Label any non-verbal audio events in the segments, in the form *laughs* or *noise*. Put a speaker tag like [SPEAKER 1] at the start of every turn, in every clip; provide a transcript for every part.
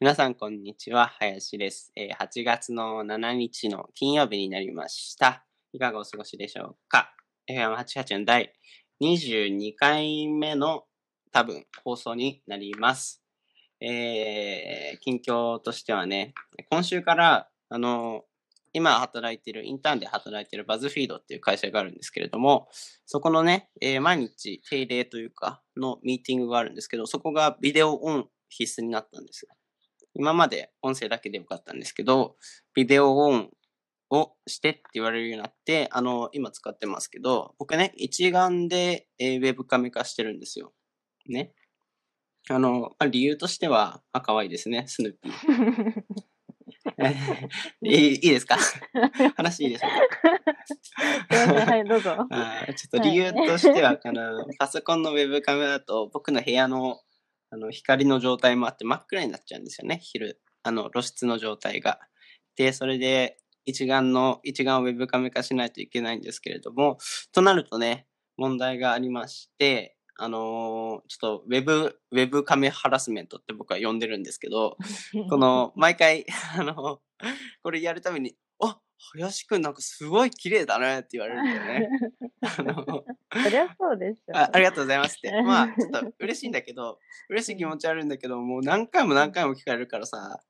[SPEAKER 1] 皆さん、こんにちは。林です。えー8月の7日の金曜日になりました。いかがお過ごしでしょうか ?FM88 の第22回目の多分放送になります。えー近況としてはね、今週から、あの、今働いてる、インターンで働いてるバズフィードっていう会社があるんですけれども、そこのね、えー毎日定例というか、のミーティングがあるんですけど、そこがビデオオン必須になったんですよ。今まで音声だけでよかったんですけど、ビデオオンをしてって言われるようになって、あの、今使ってますけど、僕ね、一眼で、えーウェブカメ化してるんですよ。ね。あの、まあ、理由としては、あ、可愛いですね、スヌーピー。いいいいですか *laughs* 話いいでしょうか *laughs*
[SPEAKER 2] *laughs* はい、どうぞ。
[SPEAKER 1] あーちょっと理由としてはか
[SPEAKER 2] *laughs*
[SPEAKER 1] な、パソコンのウェブカメラだと僕の部屋のあの光の状態もあって真っ暗になっちゃうんですよね、昼、あの露出の状態が。で、それで一眼の、一眼をウェブカメ化しないといけないんですけれども、となるとね、問題がありまして、あのーちょっとウェブ、ウェブカメハラスメントって僕は呼んでるんですけど、この、毎回、あの、これやるために、あ林くんなんかすごい綺麗だねって言われるんだよね。あ *laughs* の
[SPEAKER 2] *laughs* そりゃそうでしょ。
[SPEAKER 1] あありがとうございます *laughs* って。まあ、ちょっと嬉しいんだけど、嬉しい気持ちはあるんだけど、もう何回も何回も聞かれるからさ、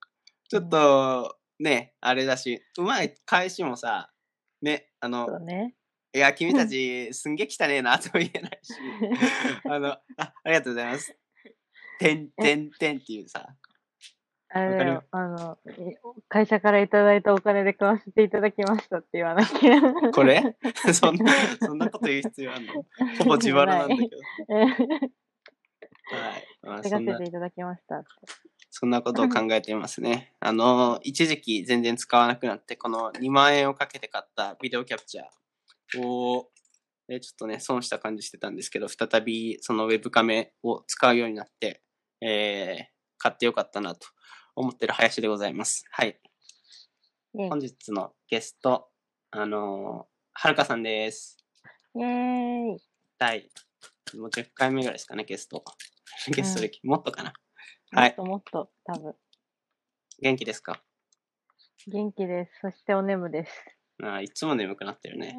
[SPEAKER 1] ちょっと、ね、あれだし、うまい返しもさ、ね、あの、
[SPEAKER 2] そう
[SPEAKER 1] *laughs*
[SPEAKER 2] ね。
[SPEAKER 1] いや、君たち、すんげえ汚ねえなとも言えないし、 *laughs* あの、あありがとうございます。てんてんてんっていうさ、 *laughs*
[SPEAKER 2] あれ
[SPEAKER 1] わか
[SPEAKER 2] だ
[SPEAKER 1] り
[SPEAKER 2] よ、あの、い会社からいただいたお金で買わせていただきましたって言わなきゃ。
[SPEAKER 1] こ
[SPEAKER 2] *laughs*
[SPEAKER 1] れそんな、そんなこと言う必要あるのほぼ自腹なんだ *laughs* けど。はい。まあ
[SPEAKER 2] 出
[SPEAKER 1] そ
[SPEAKER 2] か
[SPEAKER 1] ん
[SPEAKER 2] せ
[SPEAKER 1] な
[SPEAKER 2] ていただきましたって。
[SPEAKER 1] そんなことを考えていますね。あの、一時期全然使わなくなって、この2万円をかけて買ったビデオキャプチャーを、えちょっとね、損した感じしてたんですけど、再びそのウェブカメを使うようになって、えー買ってよかったなと思ってる林でございます。はい。
[SPEAKER 2] イェイ
[SPEAKER 1] 本日のゲスト、あのはるかさんです。
[SPEAKER 2] イェーイ。
[SPEAKER 1] 第、もう10回目ぐらいですかね、ゲスト。ゲスト歴、もっとかな。
[SPEAKER 2] も
[SPEAKER 1] は
[SPEAKER 2] っ
[SPEAKER 1] い
[SPEAKER 2] ともっと、多分
[SPEAKER 1] 元気ですか
[SPEAKER 2] 元気です。そしてお眠です。 *laughs*
[SPEAKER 1] あーいつも眠くなってるね。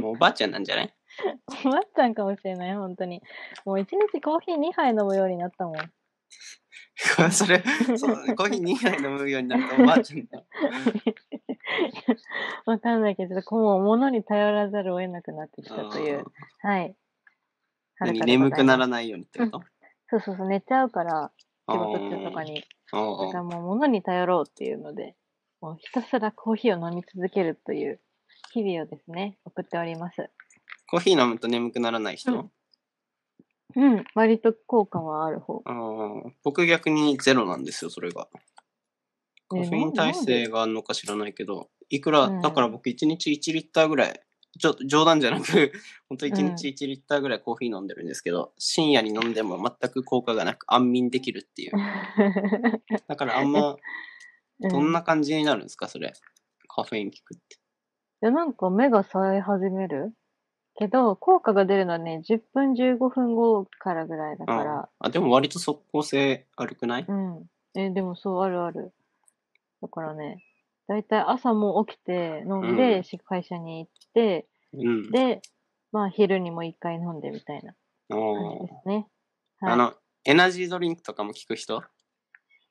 [SPEAKER 2] お
[SPEAKER 1] もうおばあちゃんなんじゃない
[SPEAKER 2] ばあちゃんかもしれない、本当に。もう一日コーヒー2杯飲むようになったもん。 *laughs*
[SPEAKER 1] それ、そうだね。コーヒー2杯飲むようになるとおばあちゃんだ。
[SPEAKER 2] わかんないけど、こう、物に頼らざるを得なくなってきたという。はい。
[SPEAKER 1] 何
[SPEAKER 2] 遥かで
[SPEAKER 1] 眠
[SPEAKER 2] ござ
[SPEAKER 1] く
[SPEAKER 2] いま
[SPEAKER 1] な
[SPEAKER 2] す
[SPEAKER 1] らないようにってこと
[SPEAKER 2] そうそうそう、寝ちゃうから、仕事中とか
[SPEAKER 1] に。
[SPEAKER 2] に。
[SPEAKER 1] あー
[SPEAKER 2] だから
[SPEAKER 1] あ
[SPEAKER 2] もう物に頼ろうっていうので、もうひたすらコーヒーを飲み続けるという日々をですね、送っております。
[SPEAKER 1] コーヒー飲むと眠くならない人、
[SPEAKER 2] うんうん、割と効果はある方。
[SPEAKER 1] あー僕逆にゼロなんですよ、それが。カフェイン耐性があるのか知らないけど、いくら、
[SPEAKER 2] うん
[SPEAKER 1] だから僕1日1リッターぐらい、ちょっと冗談じゃなく、 *laughs* 本当1日1リッターぐらいコーヒー飲んでるんですけど、深夜に飲んでも全く効果がなく安眠できるっていう。だからあんま、どん
[SPEAKER 2] な
[SPEAKER 1] な感じになるんですか、それ。カフェイン効くって。
[SPEAKER 2] でなんか目が冴え始めるけど、効果が出るのはね、10分15分後からぐらいだか
[SPEAKER 1] あ
[SPEAKER 2] ら、
[SPEAKER 1] あでも割と速効性悪くない
[SPEAKER 2] うん。え、でもそう、あるある。だからね、だいたい朝も起きて飲ん
[SPEAKER 1] う
[SPEAKER 2] で、
[SPEAKER 1] ん
[SPEAKER 2] し会社に行って、
[SPEAKER 1] うん。
[SPEAKER 2] で、まあ、昼にも一回飲んでみたいな
[SPEAKER 1] あ
[SPEAKER 2] 感じ
[SPEAKER 1] ー
[SPEAKER 2] ですね。はい、
[SPEAKER 1] あの、エナジードリンクとかも効く人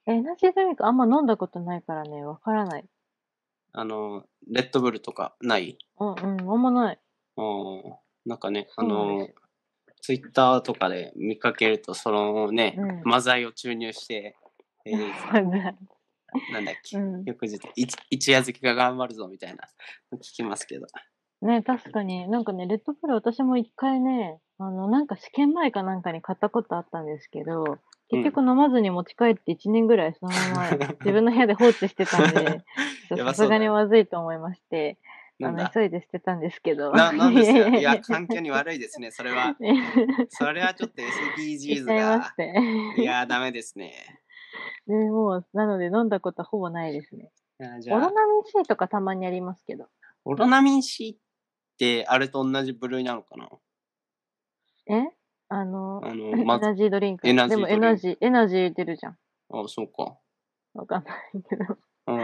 [SPEAKER 2] エナジードリンクあんま飲んだことないからね、わからない。
[SPEAKER 1] あの、レッドブルとかない
[SPEAKER 2] うんうん、あんまない。
[SPEAKER 1] あーなんかね、あ
[SPEAKER 2] そうなんで
[SPEAKER 1] の、ツイッターとかで見かけると、そのね、
[SPEAKER 2] うん *laughs*
[SPEAKER 1] マザイを注入して、えーなんだっけ、
[SPEAKER 2] うん
[SPEAKER 1] 翌日一、一夜漬けが頑張るぞみたいな、聞きますけど。
[SPEAKER 2] ね、確かに、なんかね、レッドブル私も一回ね、あの、なんか試験前かなんかに買ったことあったんですけど、結局飲まずに持ち帰って1年ぐらいそのまま自分の部屋で放置してたん
[SPEAKER 1] *laughs*
[SPEAKER 2] で、ちょっと
[SPEAKER 1] やばそ
[SPEAKER 2] さ
[SPEAKER 1] う
[SPEAKER 2] す
[SPEAKER 1] だ
[SPEAKER 2] が
[SPEAKER 1] ね
[SPEAKER 2] にまずいと思いまして、
[SPEAKER 1] な
[SPEAKER 2] あ
[SPEAKER 1] ん
[SPEAKER 2] の、
[SPEAKER 1] だ
[SPEAKER 2] 急いで捨てたんですけど。。
[SPEAKER 1] ななんですかいや、環境に悪いですね、それは
[SPEAKER 2] *laughs* ね
[SPEAKER 1] それはちょっと
[SPEAKER 2] し
[SPEAKER 1] SDGs
[SPEAKER 2] ちゃいまし
[SPEAKER 1] が。
[SPEAKER 2] て。
[SPEAKER 1] いやー、ダメですね。
[SPEAKER 2] でもう、なので飲んだことはほぼないですね。
[SPEAKER 1] あーじ
[SPEAKER 2] オ
[SPEAKER 1] ゃ
[SPEAKER 2] ロ
[SPEAKER 1] あ
[SPEAKER 2] ナミン C とかたまにありますけど。
[SPEAKER 1] オロナミン C ってあれと同じ部類なのかな
[SPEAKER 2] えあの、
[SPEAKER 1] あの、
[SPEAKER 2] エ
[SPEAKER 1] まず、
[SPEAKER 2] *laughs* ナジードリンク。
[SPEAKER 1] エナジ
[SPEAKER 2] で
[SPEAKER 1] ード
[SPEAKER 2] も
[SPEAKER 1] リン
[SPEAKER 2] エ
[SPEAKER 1] ク
[SPEAKER 2] ナジー、エナジー出るじゃん。
[SPEAKER 1] あ、そうか。
[SPEAKER 2] わかんないけど。
[SPEAKER 1] うん。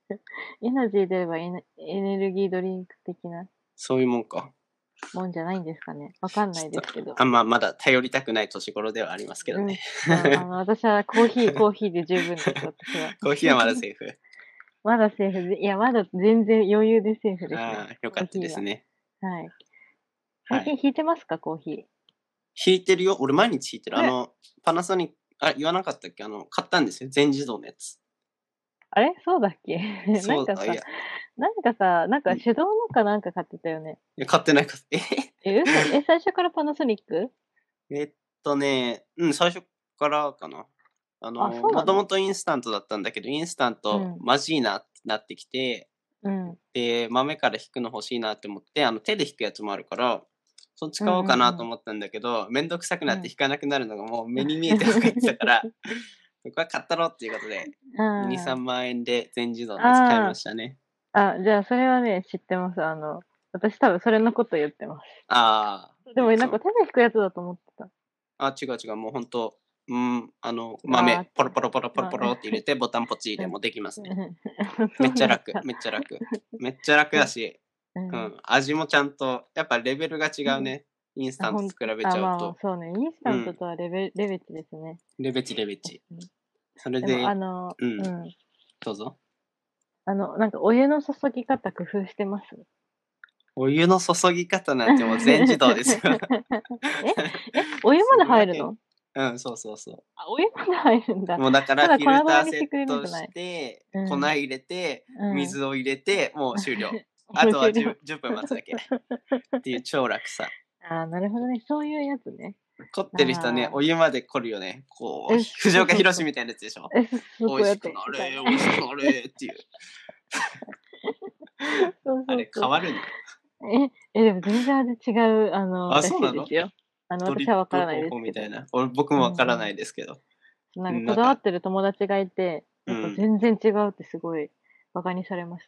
[SPEAKER 2] *laughs* エナジー出ればエネエネルギードリンク的な
[SPEAKER 1] そういうもんか。
[SPEAKER 2] もんじゃないんですかね。わかんないですけど。
[SPEAKER 1] あんままだ頼りたくない年頃ではありますけどね。
[SPEAKER 2] うんああの私はコーヒ
[SPEAKER 1] *laughs*
[SPEAKER 2] ー、コーヒーで十分です、私は。
[SPEAKER 1] コーヒーはまだセー
[SPEAKER 2] *laughs*
[SPEAKER 1] フ。
[SPEAKER 2] まだセーフで、いや、まだ全然余裕でセーフです、
[SPEAKER 1] ああ、よかったですね。
[SPEAKER 2] はい。
[SPEAKER 1] は
[SPEAKER 2] 最
[SPEAKER 1] い。
[SPEAKER 2] 近引いてますか、コーヒー。
[SPEAKER 1] 弾いてるよ。俺毎日弾いてる。あ
[SPEAKER 2] ね
[SPEAKER 1] の、パナソニック、あ、言わなかったっけあの、買ったんですよ。全自動のやつ。
[SPEAKER 2] あれそうだっけ *laughs* な
[SPEAKER 1] そ
[SPEAKER 2] ん
[SPEAKER 1] う
[SPEAKER 2] か
[SPEAKER 1] だ、
[SPEAKER 2] さ
[SPEAKER 1] あいや、い、
[SPEAKER 2] なんかさ、なん
[SPEAKER 1] う
[SPEAKER 2] か
[SPEAKER 1] ん
[SPEAKER 2] 手動のかなんか買ってたよね。
[SPEAKER 1] や買ってないか。えへへ
[SPEAKER 2] え、
[SPEAKER 1] *laughs*
[SPEAKER 2] 嘘え、最初からパナソニック
[SPEAKER 1] えっとね、うん、最初からかな。あの、
[SPEAKER 2] あそうな
[SPEAKER 1] も
[SPEAKER 2] の
[SPEAKER 1] ともとインスタントだったんだけど、インスタント
[SPEAKER 2] うん
[SPEAKER 1] マジいなってなってきて、
[SPEAKER 2] うん。
[SPEAKER 1] で、豆から引くの欲しいなって思って、あの、手で引くやつもあるから、そっち買おうかなと思ったんだけど、めんどくさくなっ
[SPEAKER 2] うん
[SPEAKER 1] て引かなくなるのがもう目に見えて分かってたから、僕は買ったろっていうことで、
[SPEAKER 2] あ
[SPEAKER 1] 2、
[SPEAKER 2] ー
[SPEAKER 1] 3万円で全自動のやつ買いましたね。
[SPEAKER 2] あ、じゃあそれはね、知ってます。あの、私多分それのこと言ってま
[SPEAKER 1] ああ。
[SPEAKER 2] す。でもなん
[SPEAKER 1] そ
[SPEAKER 2] か
[SPEAKER 1] う
[SPEAKER 2] 手で引くやつだと思ってた。
[SPEAKER 1] あ、違う違う、もう本当うん、あの、豆、ポロポロポロポロポロって入れて、ボタンポチ入れもできますね。 *laughs* めっちゃ楽、めっちゃ楽。めっちゃ楽だし、
[SPEAKER 2] *laughs* う。
[SPEAKER 1] うんん、味もちゃんと、やっぱレベルが違うね。インスタントと比べち
[SPEAKER 2] あ、
[SPEAKER 1] ゃ
[SPEAKER 2] ま
[SPEAKER 1] う
[SPEAKER 2] あ
[SPEAKER 1] と、、
[SPEAKER 2] そうね。インスタントとはレベ,、レベチですね。
[SPEAKER 1] レベチレベチ。それ
[SPEAKER 2] で
[SPEAKER 1] で
[SPEAKER 2] も、あ、の、
[SPEAKER 1] う、
[SPEAKER 2] うんん。
[SPEAKER 1] どうぞ。
[SPEAKER 2] あの、なんかお湯の注ぎ方工夫してます
[SPEAKER 1] お湯の注ぎ方なんてもう全自動
[SPEAKER 2] *laughs*
[SPEAKER 1] ですよ。
[SPEAKER 2] え、お湯まで入
[SPEAKER 1] そ
[SPEAKER 2] る
[SPEAKER 1] れだ
[SPEAKER 2] の
[SPEAKER 1] うん、そうそうそう。
[SPEAKER 2] あ、お湯まで入るんだ。
[SPEAKER 1] もうだから
[SPEAKER 2] ただ
[SPEAKER 1] フィルター
[SPEAKER 2] 粉々に
[SPEAKER 1] セ
[SPEAKER 2] してくれ
[SPEAKER 1] ッ
[SPEAKER 2] るん
[SPEAKER 1] ト
[SPEAKER 2] じゃない
[SPEAKER 1] して、
[SPEAKER 2] うん
[SPEAKER 1] 粉入れて、
[SPEAKER 2] うん
[SPEAKER 1] 水を入れて、もう
[SPEAKER 2] *laughs*
[SPEAKER 1] 終了。あとは 10, 10分待つだけ。っていう超楽さ。
[SPEAKER 2] ああ、なるほどね。そういうやつね。
[SPEAKER 1] 凝ってる人ね
[SPEAKER 2] あ、ー
[SPEAKER 1] お湯まで凝るよね。こう
[SPEAKER 2] え、
[SPEAKER 1] 藤岡弘みたいなやつでしょ。
[SPEAKER 2] え、すご
[SPEAKER 1] 美
[SPEAKER 2] い
[SPEAKER 1] 味
[SPEAKER 2] や
[SPEAKER 1] し
[SPEAKER 2] つ。
[SPEAKER 1] くなれ、美味しくなれっていう。
[SPEAKER 2] *laughs* そうそうそう
[SPEAKER 1] あれ、変わるの
[SPEAKER 2] え、え、でも全然味違う、あの、
[SPEAKER 1] あそうなの
[SPEAKER 2] らしいですよ。あの、
[SPEAKER 1] ドリッ
[SPEAKER 2] 私
[SPEAKER 1] プ
[SPEAKER 2] はわからない
[SPEAKER 1] 方
[SPEAKER 2] です
[SPEAKER 1] 法み
[SPEAKER 2] け
[SPEAKER 1] たい
[SPEAKER 2] ど。
[SPEAKER 1] な。俺僕もわからないですけど。
[SPEAKER 2] なんかこだわってる友達がいて、
[SPEAKER 1] うん
[SPEAKER 2] やっぱ全然違うってすごい、馬鹿にされまし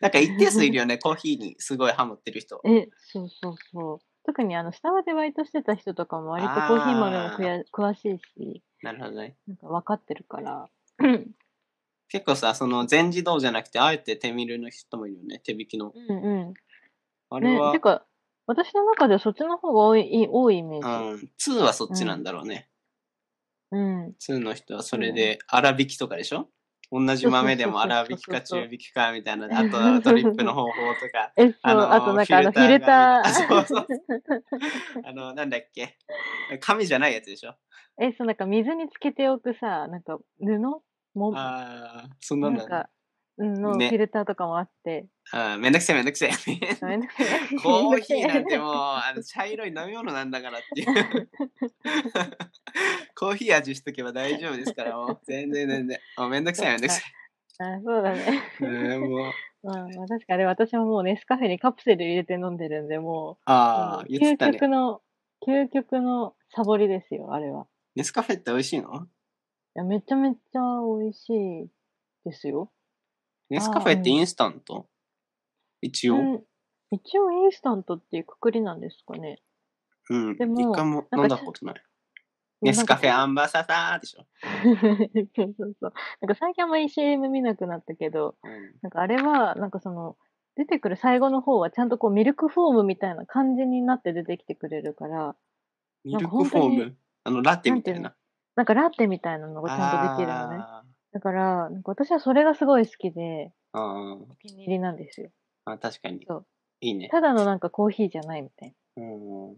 [SPEAKER 1] なんか一定数いるよね、コーヒーにすごいハマってる人
[SPEAKER 2] た。。え、そうそうそう。特にあの、下までバイトしてた人とかも割とコーヒー豆もくや詳しいし、
[SPEAKER 1] なるほどね。
[SPEAKER 2] なんか分かってるから。
[SPEAKER 1] 結構さ、その全自動じゃなくて、あえて手見るの人もいるよね、手引きの。
[SPEAKER 2] うんうん。
[SPEAKER 1] あれ
[SPEAKER 2] ね
[SPEAKER 1] は、、
[SPEAKER 2] てか、私の中ではそっちの方が多い、多いイメ
[SPEAKER 1] う
[SPEAKER 2] ージ。
[SPEAKER 1] ん、2はそっちなんだろうね。
[SPEAKER 2] うん。
[SPEAKER 1] 2の人はそれで、粗引きとかでしょ同じ豆でも粗引きか中引きかみたいな、あとはドリップの方法とか、
[SPEAKER 2] え、そう、
[SPEAKER 1] あのー
[SPEAKER 2] あとなんかあの、フィルタ
[SPEAKER 1] フィルターがあ *laughs* そう
[SPEAKER 2] ー。
[SPEAKER 1] あの、なんだっけ、紙じゃないやつでしょ
[SPEAKER 2] *laughs* え、そう、なんか水につけておくさ、なんか布も、な
[SPEAKER 1] ああ、そんなん
[SPEAKER 2] ん
[SPEAKER 1] だ。
[SPEAKER 2] か、うんのフ
[SPEAKER 1] ね
[SPEAKER 2] ィルターとかもあって。
[SPEAKER 1] あーめんどくせえめんどく *laughs* せえ。
[SPEAKER 2] ごめんなさい
[SPEAKER 1] コーヒーなん
[SPEAKER 2] *laughs*
[SPEAKER 1] てもう、あの茶色い飲み物なんだからっていう。コーヒー味しとけば大丈夫ですから、もう全然全然。もうめんどくさいめんどくさい。
[SPEAKER 2] あそうだね。
[SPEAKER 1] うんもう
[SPEAKER 2] まあ、まあ確かに私ももうネスカフェにカプセル入れて飲んでるんで、もう、
[SPEAKER 1] ああ、
[SPEAKER 2] うん
[SPEAKER 1] 言ってた
[SPEAKER 2] 究
[SPEAKER 1] ね。
[SPEAKER 2] 極の、究極のサボりですよ、あれは。
[SPEAKER 1] ネスカフェって美味しいの
[SPEAKER 2] いや、めちゃめちゃ美味しいですよ。
[SPEAKER 1] ネスカフェってインスタント一応。
[SPEAKER 2] うん一応インスタントっていうくくりなんですかね。 *laughs*
[SPEAKER 1] うん。
[SPEAKER 2] でも
[SPEAKER 1] 一回も
[SPEAKER 2] なんか
[SPEAKER 1] 飲んだことない。ネスカフェアンバサダーでしょ。
[SPEAKER 2] なんかそうそうそう。なんか最近あんまり CM 見なくなったけど、
[SPEAKER 1] うん
[SPEAKER 2] なんかあれは、なんかその、出てくる最後の方はちゃんとこうミルクフォームみたいな感じになって出てきてくれるから、
[SPEAKER 1] ミル
[SPEAKER 2] なんか
[SPEAKER 1] ク
[SPEAKER 2] 本
[SPEAKER 1] フ
[SPEAKER 2] 当
[SPEAKER 1] ォー
[SPEAKER 2] に
[SPEAKER 1] ム。あの、ラテみたい
[SPEAKER 2] な
[SPEAKER 1] な。
[SPEAKER 2] なんかラテみたいなのがちゃんとできるのね。
[SPEAKER 1] あ
[SPEAKER 2] だから、なんか私はそれがすごい好きで、
[SPEAKER 1] ーあー
[SPEAKER 2] お気に入りなんですよ。
[SPEAKER 1] あ、確かに
[SPEAKER 2] そう。
[SPEAKER 1] いいね。
[SPEAKER 2] ただのなんかコーヒーじゃないみたいな。
[SPEAKER 1] うん。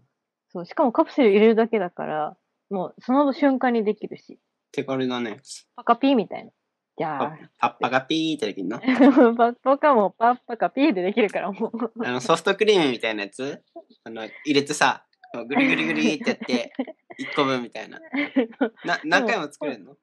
[SPEAKER 2] そう、しかもカプセル入れるだけだから、もうその瞬間にできるし、
[SPEAKER 1] 手軽だね。
[SPEAKER 2] パカピーみたいな。じゃあ
[SPEAKER 1] パ、パッパがピーってできる
[SPEAKER 2] *laughs*
[SPEAKER 1] の
[SPEAKER 2] パッ *laughs* パかもパッパかピーでできるからもう。 *laughs*
[SPEAKER 1] あのソフトクリームみたいなやつあの入れてさ、こうぐりぐりぐりってやっ
[SPEAKER 2] *laughs*
[SPEAKER 1] て、1個分みたいな。な何回も作れるの
[SPEAKER 2] い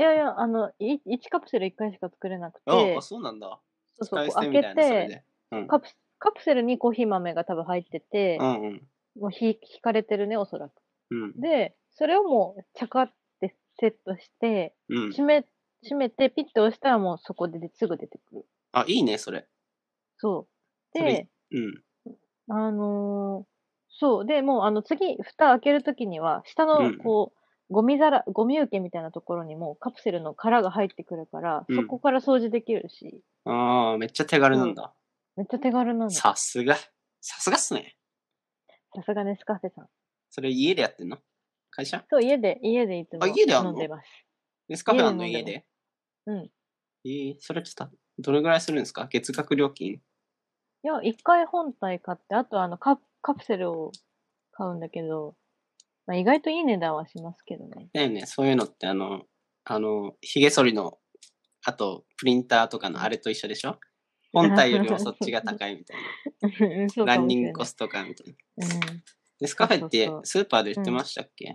[SPEAKER 2] やいや、あの、い1カプセル1回しか作れなくて、
[SPEAKER 1] ああ、そうなんだ。
[SPEAKER 2] そう
[SPEAKER 1] 使
[SPEAKER 2] そう、
[SPEAKER 1] い
[SPEAKER 2] こ
[SPEAKER 1] 捨てみ
[SPEAKER 2] う開け
[SPEAKER 1] たいな、それ
[SPEAKER 2] て、
[SPEAKER 1] で。うん。
[SPEAKER 2] カプカプセルにコーヒー豆が多分入ってて
[SPEAKER 1] う、んうん。
[SPEAKER 2] もうひ引かれてるね、おそらく。
[SPEAKER 1] うん。
[SPEAKER 2] で、それをもう、チャカってセットして、
[SPEAKER 1] うん。
[SPEAKER 2] 閉め、閉めて、ピッて押したらもうそこでですぐ出てくる。
[SPEAKER 1] あ、いいね、それ。
[SPEAKER 2] そう。
[SPEAKER 1] それいい
[SPEAKER 2] で、
[SPEAKER 1] うん。
[SPEAKER 2] あのーそう。で、もう、あの、次、蓋開けるときには、下の
[SPEAKER 1] う、ん
[SPEAKER 2] こう、ゴミ皿、ゴミ受けみたいなところにもカプセルの殻が入ってくるから、
[SPEAKER 1] うん
[SPEAKER 2] そこから掃除できるし、
[SPEAKER 1] ああ、めっちゃ手軽なんだ。
[SPEAKER 2] めっちゃ手軽なんだ。さ
[SPEAKER 1] さすが。さすがっすね。
[SPEAKER 2] すがネスカフェさん。
[SPEAKER 1] それ家でやってんの会社
[SPEAKER 2] そう、家で、家でいつも
[SPEAKER 1] あ家でやんの
[SPEAKER 2] 飲んでます。
[SPEAKER 1] ネスカフェあんの
[SPEAKER 2] 家
[SPEAKER 1] 家
[SPEAKER 2] で
[SPEAKER 1] で
[SPEAKER 2] うん。
[SPEAKER 1] え
[SPEAKER 2] い
[SPEAKER 1] ー、それちょっと、どれぐらいするんですか月額料金
[SPEAKER 2] や、一回本体買って、あとあのカ、カプセルを買うんだけど、まあ、意外といい値段はしますけどね。
[SPEAKER 1] だよね、そういうのってあの、あの、ひげ剃りの、あと、プリンターとかのあれと一緒でしょ本体よりもそっちが高いみたい
[SPEAKER 2] うん *laughs* そ
[SPEAKER 1] な。ラ
[SPEAKER 2] うか
[SPEAKER 1] ン
[SPEAKER 2] もし
[SPEAKER 1] ニング
[SPEAKER 2] れな
[SPEAKER 1] コ
[SPEAKER 2] い。
[SPEAKER 1] ストかみたいな。
[SPEAKER 2] う
[SPEAKER 1] ネスカフェって
[SPEAKER 2] そう
[SPEAKER 1] スーパーで売ってましたっけ、
[SPEAKER 2] ん。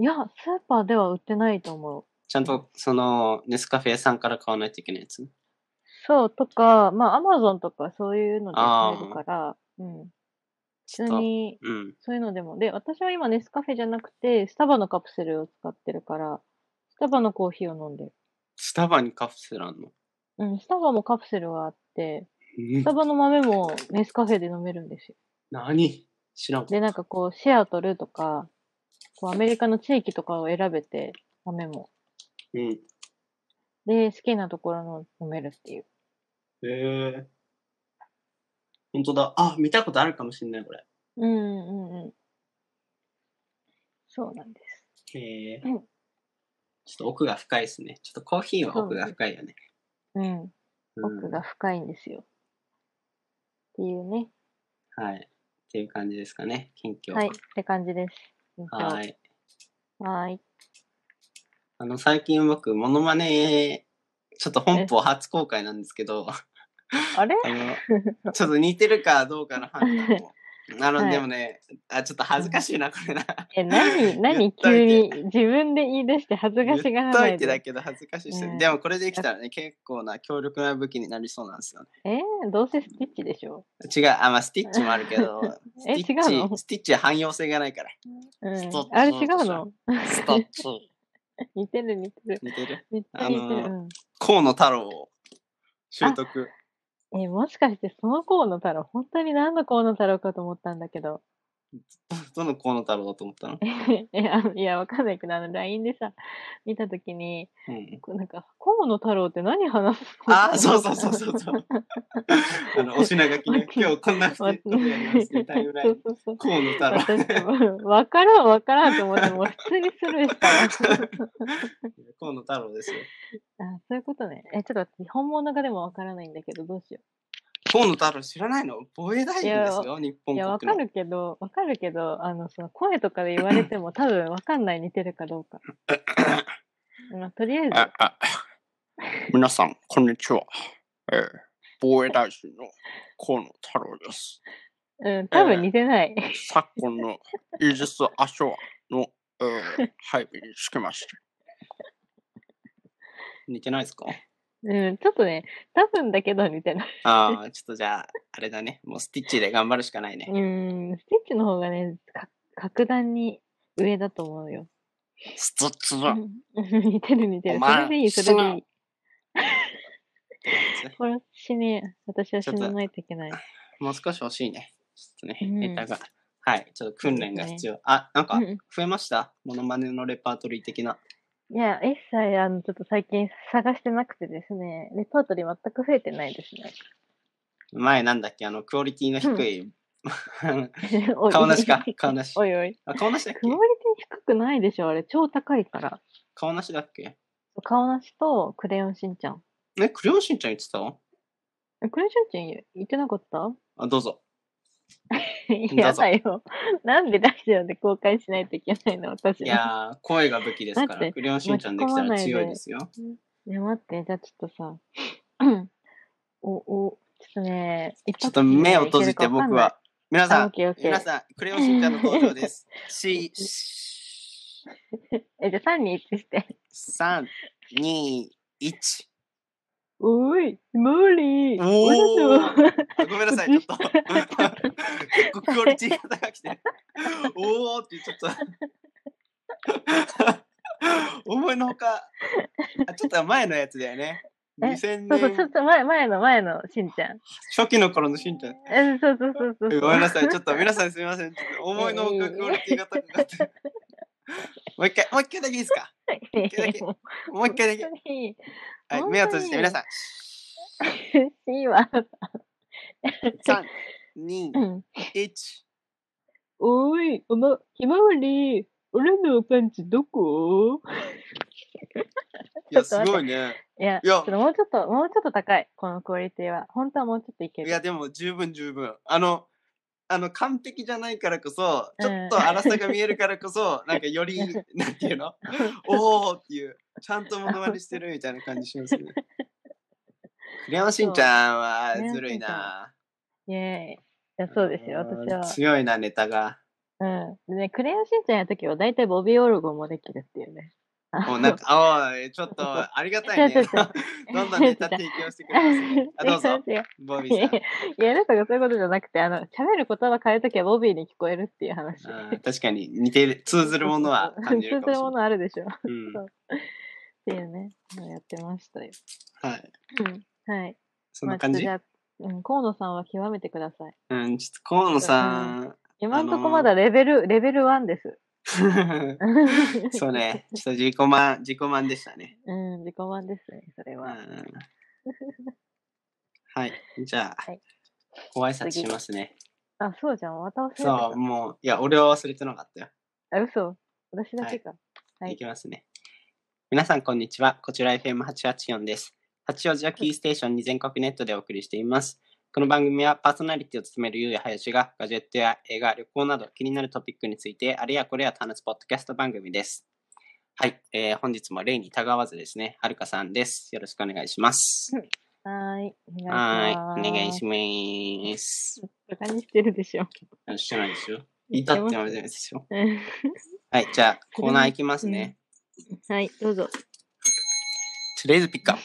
[SPEAKER 2] いや、スーパーでは売ってないと思う。
[SPEAKER 1] ちゃんと、その、ネスカフェさんから買わないといけないやつ。
[SPEAKER 2] そう、とか、まあ、アマゾンとかそういうので買えるから、うん。
[SPEAKER 1] ち
[SPEAKER 2] 普
[SPEAKER 1] ょっ
[SPEAKER 2] 通
[SPEAKER 1] と、
[SPEAKER 2] に、
[SPEAKER 1] うん。
[SPEAKER 2] そういうのでも。で、私は今ネスカフェじゃなくて、スタバのカプセルを使ってるから、スタバのコーヒーを飲んでる。
[SPEAKER 1] スタバにカプセルあんの。
[SPEAKER 2] うん、スタバもカプセルがあって、
[SPEAKER 1] うん
[SPEAKER 2] スタバの豆もネスカフェで飲めるんですよ。
[SPEAKER 1] 何知らんかった
[SPEAKER 2] で、なんかこう、シェア取るとか、こう、アメリカの地域とかを選べて、豆も。
[SPEAKER 1] うん。
[SPEAKER 2] で、好きなところの飲めるっていう。
[SPEAKER 1] へえ。本当だ。あ、見たことあるかもしれない、これ。
[SPEAKER 2] うんうんうんうん。そうなんです。
[SPEAKER 1] へえ。
[SPEAKER 2] うん
[SPEAKER 1] ちょっと奥が深いですね。ちょっとコーヒーは奥が深いよね。
[SPEAKER 2] うん。
[SPEAKER 1] うん
[SPEAKER 2] 奥が深いんですよ。っていうね。
[SPEAKER 1] はい。っていう感じですかね、近況。
[SPEAKER 2] はい。って感じです。近況
[SPEAKER 1] はい。
[SPEAKER 2] はーい。
[SPEAKER 1] あの、最近僕、モノマネ、ちょっと本邦初公開なんですけ
[SPEAKER 2] *laughs*
[SPEAKER 1] ど、あ
[SPEAKER 2] あれ
[SPEAKER 1] の、ちょっと似てるかどうかの判断も。あの、
[SPEAKER 2] *laughs* はい
[SPEAKER 1] でもね、あ、ちょっと恥ずかしいな、これな。
[SPEAKER 2] *laughs* え、何、何
[SPEAKER 1] 言っと
[SPEAKER 2] 急
[SPEAKER 1] いて
[SPEAKER 2] に自分で言い出して恥ずかしが
[SPEAKER 1] 言
[SPEAKER 2] ら
[SPEAKER 1] っ
[SPEAKER 2] な
[SPEAKER 1] と
[SPEAKER 2] い
[SPEAKER 1] いてだ
[SPEAKER 2] で。
[SPEAKER 1] けど恥ずかしいし、
[SPEAKER 2] うん
[SPEAKER 1] でもこれできたらね、結構な強力な武器になりそうなんですよね。
[SPEAKER 2] えーどうせスティッチでしょ
[SPEAKER 1] 違う、あ、まあ、スティッチもあるけど、ス
[SPEAKER 2] *laughs* え
[SPEAKER 1] ティッチ
[SPEAKER 2] 違うの
[SPEAKER 1] スティッチは汎用性がない
[SPEAKER 2] *laughs*
[SPEAKER 1] から。
[SPEAKER 2] うん
[SPEAKER 1] ストッ。チ
[SPEAKER 2] あれ違
[SPEAKER 1] そううでし
[SPEAKER 2] の
[SPEAKER 1] ょストッチ。
[SPEAKER 2] 似てる似てる。
[SPEAKER 1] 似てる
[SPEAKER 2] めっちゃ似てる
[SPEAKER 1] あ。
[SPEAKER 2] う
[SPEAKER 1] 河野太郎を習得。
[SPEAKER 2] んえ、もしかしてその河野太郎、本当に何の河野太郎かと思ったんだけど。 *laughs*
[SPEAKER 1] どの河野太郎だと思ったの、
[SPEAKER 2] え、あのいや、わかんないけど、あの、LINE でさ、見たときに、
[SPEAKER 1] うん、
[SPEAKER 2] こうなんか、河野太郎って何話すの
[SPEAKER 1] ああ、そうそうそうそう
[SPEAKER 2] *laughs*
[SPEAKER 1] そう。あの、お品書きね、今日こんなふ
[SPEAKER 2] わ
[SPEAKER 1] うにやりますね、タイムライ
[SPEAKER 2] *laughs* そ
[SPEAKER 1] ン
[SPEAKER 2] う。そうそう。
[SPEAKER 1] 河野
[SPEAKER 2] *laughs*
[SPEAKER 1] 太郎。
[SPEAKER 2] 私も、わからんわからんと思って、もう普通にスルーした
[SPEAKER 1] *laughs*
[SPEAKER 2] わ。
[SPEAKER 1] 河野太郎ですよ。
[SPEAKER 2] あ、そういうことね。え、ちょっと待って、本物がでもわからないんだけど、どうしよ
[SPEAKER 1] 河野太郎知らないの防衛大臣です
[SPEAKER 2] い
[SPEAKER 1] よ、日
[SPEAKER 2] う。
[SPEAKER 1] 本国
[SPEAKER 2] いや、
[SPEAKER 1] の
[SPEAKER 2] わかるけど、わかるけど、あの、その声とかで言われ
[SPEAKER 1] *laughs*
[SPEAKER 2] ても多分わかんない、似てるかどうか。まあ、とりあえず、
[SPEAKER 1] ああ皆さん、こんにちは。えー防衛大臣の河野太郎です。
[SPEAKER 2] うん、多分似てない。
[SPEAKER 1] 昨今のイージス・アショアの、えー配備につきました。似てないですか
[SPEAKER 2] うん、ちょっとね、多分だけど似てない。
[SPEAKER 1] ああ、ちょっとじゃあ、あれだね。もうスティッチで頑張るしかないね。
[SPEAKER 2] うん、スティッチの方がね、か格段に上だと思うよ。
[SPEAKER 1] ストッチ
[SPEAKER 2] う
[SPEAKER 1] だ
[SPEAKER 2] ん *laughs* 似てる似てる。
[SPEAKER 1] お
[SPEAKER 2] そ
[SPEAKER 1] 前
[SPEAKER 2] れでいい、それでいい。
[SPEAKER 1] ってやつ
[SPEAKER 2] これ死ね、私は死なないといけない。
[SPEAKER 1] もう少し欲しいね。ちょっと
[SPEAKER 2] うん
[SPEAKER 1] ね、ネタが。はい、ちょっと訓練が必要。あ、なんか
[SPEAKER 2] うん、
[SPEAKER 1] 増えましたモノマネのレパートリー的な。
[SPEAKER 2] いや、一切、あの、ちょっと最近探してなくてですね、レパートリー全く増えてないですね。
[SPEAKER 1] 前なんだっけあの、クオリティの低い。 *laughs*
[SPEAKER 2] おい
[SPEAKER 1] 顔なしか顔なし
[SPEAKER 2] *laughs* おいおい。
[SPEAKER 1] *laughs* あ、顔なしだっけ
[SPEAKER 2] クオリティ低くないでしょ、あれ。超高いから。
[SPEAKER 1] 顔なしだっけ
[SPEAKER 2] 顔なしと、クレヨンしんちゃん。
[SPEAKER 1] え、クレヨンしんちゃん言ってた
[SPEAKER 2] えクレヨンしんちゃん言う言ってなかった
[SPEAKER 1] あ、どうぞ。
[SPEAKER 2] *laughs* やだよ。なんでラジオで公開しないといけないの、私。
[SPEAKER 1] いやー、声が武器ですか
[SPEAKER 2] だっ
[SPEAKER 1] ら、
[SPEAKER 2] て
[SPEAKER 1] クレヨンしんちゃんできたら強いですよ。
[SPEAKER 2] ね待って、じゃあちょっとさ、 *clears throat* お、お、ちょっとね、
[SPEAKER 1] ちょっと目を閉じ
[SPEAKER 2] 一
[SPEAKER 1] て
[SPEAKER 2] 発目でいけるかわかん
[SPEAKER 1] 僕
[SPEAKER 2] ない
[SPEAKER 1] は。。皆さ
[SPEAKER 2] あオッ
[SPEAKER 1] ん、
[SPEAKER 2] ケーオッケー
[SPEAKER 1] 皆さん、クレヨンしんちゃんの登場
[SPEAKER 2] *laughs*
[SPEAKER 1] です。し、
[SPEAKER 2] え、じゃあ3、2、1して。
[SPEAKER 1] 3、2、1。
[SPEAKER 2] おい、無理
[SPEAKER 1] おー
[SPEAKER 2] 俺だと
[SPEAKER 1] あごめんなさい、ちょ
[SPEAKER 2] *laughs*
[SPEAKER 1] っと。結構クオリティが高くて。おーってちょっと。思いのほか。あちょっと前のやつだよね。
[SPEAKER 2] え
[SPEAKER 1] 2000
[SPEAKER 2] *laughs* そうそう、ちょ
[SPEAKER 1] 年
[SPEAKER 2] っと前、前の前のしんちゃん。
[SPEAKER 1] 初期の頃のしんちゃん。
[SPEAKER 2] え、そうそう
[SPEAKER 1] *laughs*
[SPEAKER 2] そうそうそう。 *laughs* *laughs*
[SPEAKER 1] ごめんなさい、ちょっと皆さんすみません。ちょっと思いのほかクオリティが高かった。もう一回、もう一回だけいいですか
[SPEAKER 2] もう
[SPEAKER 1] もう一回だけ。
[SPEAKER 2] 本当に
[SPEAKER 1] はい、
[SPEAKER 2] 本当に
[SPEAKER 1] 目を閉じて
[SPEAKER 2] *laughs*
[SPEAKER 1] 皆さん、
[SPEAKER 2] 苦しいわ。 *laughs*
[SPEAKER 1] 3、2
[SPEAKER 2] う、ん
[SPEAKER 1] 1。
[SPEAKER 2] おーい、おま、ひまわり、俺のパンチどこ
[SPEAKER 1] いや、
[SPEAKER 2] ち
[SPEAKER 1] す
[SPEAKER 2] ょっと待って
[SPEAKER 1] ごいね。
[SPEAKER 2] いや、
[SPEAKER 1] い
[SPEAKER 2] ちょ
[SPEAKER 1] や
[SPEAKER 2] っともうちょっと、もうちょっと高い、このクオリティは。本当はもうちょっといけ
[SPEAKER 1] い
[SPEAKER 2] る。
[SPEAKER 1] や、でも十分十分。あの、あの完璧じゃないからこそ、
[SPEAKER 2] うん
[SPEAKER 1] ちょっと荒さが見えるからこそ、なんかよ
[SPEAKER 2] *laughs*
[SPEAKER 1] り、なんていうのおーっていう、ちゃんとモノマネしてるみたいな感じします
[SPEAKER 2] *laughs*
[SPEAKER 1] ね。クレヨンしんちゃん
[SPEAKER 2] そう
[SPEAKER 1] はずるいな。
[SPEAKER 2] イェーイ。いや、そうですよ、私
[SPEAKER 1] うん
[SPEAKER 2] は。
[SPEAKER 1] 強いな、ネタが。
[SPEAKER 2] うん。でね、クレヨンしんちゃんやるときは、大体ボビーオルゴンもできるっていうね。
[SPEAKER 1] もうなんか、おい、ちょっと、ありがたい
[SPEAKER 2] 違う
[SPEAKER 1] ね
[SPEAKER 2] 違う。
[SPEAKER 1] どんどんネタ提供してくれますね。あ、どう
[SPEAKER 2] 違 *laughs*
[SPEAKER 1] ぞ、
[SPEAKER 2] 違う
[SPEAKER 1] ボビ
[SPEAKER 2] いや
[SPEAKER 1] ー
[SPEAKER 2] いや、やるとかそういうことじゃなくて、あの、喋る言葉変えときはボビーに聞こえるっていう話。 *laughs*
[SPEAKER 1] さん。うん確かに似てる、通ずるものは感じる
[SPEAKER 2] 通
[SPEAKER 1] か
[SPEAKER 2] ず
[SPEAKER 1] もしれな
[SPEAKER 2] るも
[SPEAKER 1] い
[SPEAKER 2] のあるでしょ。っ。
[SPEAKER 1] うん
[SPEAKER 2] ていうね、やってましたよ。
[SPEAKER 1] はい。
[SPEAKER 2] うん。はい。
[SPEAKER 1] そんな感じ
[SPEAKER 2] まあ、ちょっとじゃあ、うん、河野さんは極めてください。
[SPEAKER 1] うん、ちょっと河野さん、
[SPEAKER 2] 今んと
[SPEAKER 1] あ
[SPEAKER 2] こ
[SPEAKER 1] のー
[SPEAKER 2] まだレベル、レベル1です。
[SPEAKER 1] *laughs* そうね、ちょっと自己満、自己満でしたね。
[SPEAKER 2] うん、自己満ですね、それ
[SPEAKER 1] うん
[SPEAKER 2] は。
[SPEAKER 1] はい、じゃあ、
[SPEAKER 2] はい
[SPEAKER 1] ご挨拶しますね。
[SPEAKER 2] あ、そうじゃん、また忘れて
[SPEAKER 1] そう、もう、いや、俺は忘れてなかったよ。
[SPEAKER 2] た。あ、嘘。私だけか。はい
[SPEAKER 1] いきますね。皆さん、こんにちは。こちら FM884 です。八王子をキーステーションに全国ネットでお送りしています。この番組はパーソナリティを務めるゆうやはやしがガジェットや映画、旅行など気になるトピックについてあれやこれやと話すポッドキャスト番組です。はい、えー本日も例にたがわずですね、はるかさんです。よろしくお願いします。
[SPEAKER 2] はーい。お願いしま
[SPEAKER 1] は
[SPEAKER 2] す。
[SPEAKER 1] い、お願いします。
[SPEAKER 2] バカにしてるでしょ。
[SPEAKER 1] あしてないですよ。いたって言われてないですよ。
[SPEAKER 2] うん
[SPEAKER 1] はい、じゃあコーナーいきますね。
[SPEAKER 2] *laughs* はい、どうぞ。
[SPEAKER 1] Today's Pickup。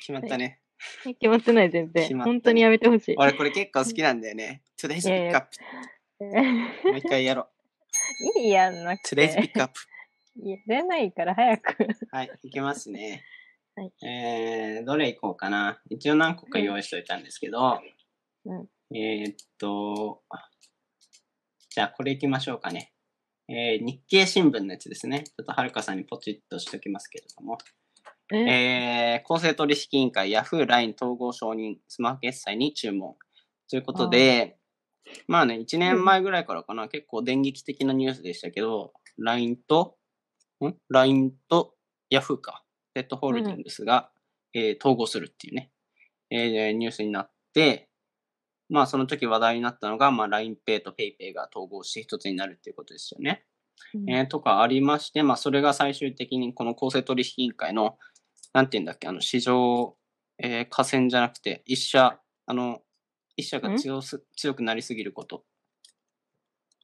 [SPEAKER 1] 決まったね。
[SPEAKER 2] 決まってない、全
[SPEAKER 1] 決
[SPEAKER 2] 然。
[SPEAKER 1] まったね
[SPEAKER 2] 本当にやめてほしい。
[SPEAKER 1] 俺これ結構好きなんだよね。Today's
[SPEAKER 2] いや
[SPEAKER 1] Pick
[SPEAKER 2] いや
[SPEAKER 1] Up。もう一回やろう。
[SPEAKER 2] *laughs* いいやんなく
[SPEAKER 1] Today's
[SPEAKER 2] て。
[SPEAKER 1] Pick Up。
[SPEAKER 2] やれないから早く。
[SPEAKER 1] はい、いきますね。
[SPEAKER 2] はい
[SPEAKER 1] えー、どれいこうかな。一応何個か用意しておいたんですけど、
[SPEAKER 2] うん
[SPEAKER 1] えー、っと、じゃあこれいきましょうかね。えー、日経新聞のやつですね。ちょっとはるかさんにポチッとしときますけれども。
[SPEAKER 2] え
[SPEAKER 1] えー、公正取引委員会、ヤフー、LINE 統合承認、スマホ決済に注文。ということで、まあね、1年前ぐらいからかな、結構電撃的なニュースでしたけど、LINE と、ん ?LINE とヤフーか、ペットホールディングスが、えー統合するっていうね、えーニュースになって、まあその時話題になったのが、まあ LINEPay と PayPay が統合して一つになるっていうことですよね。えーとかありまして、まあ、それが最終的にこの公正取引委員会の、なんていうんだっけ、あの市場、えー、河川じゃなくて、一社、あの、一社が強す強くなりすぎること、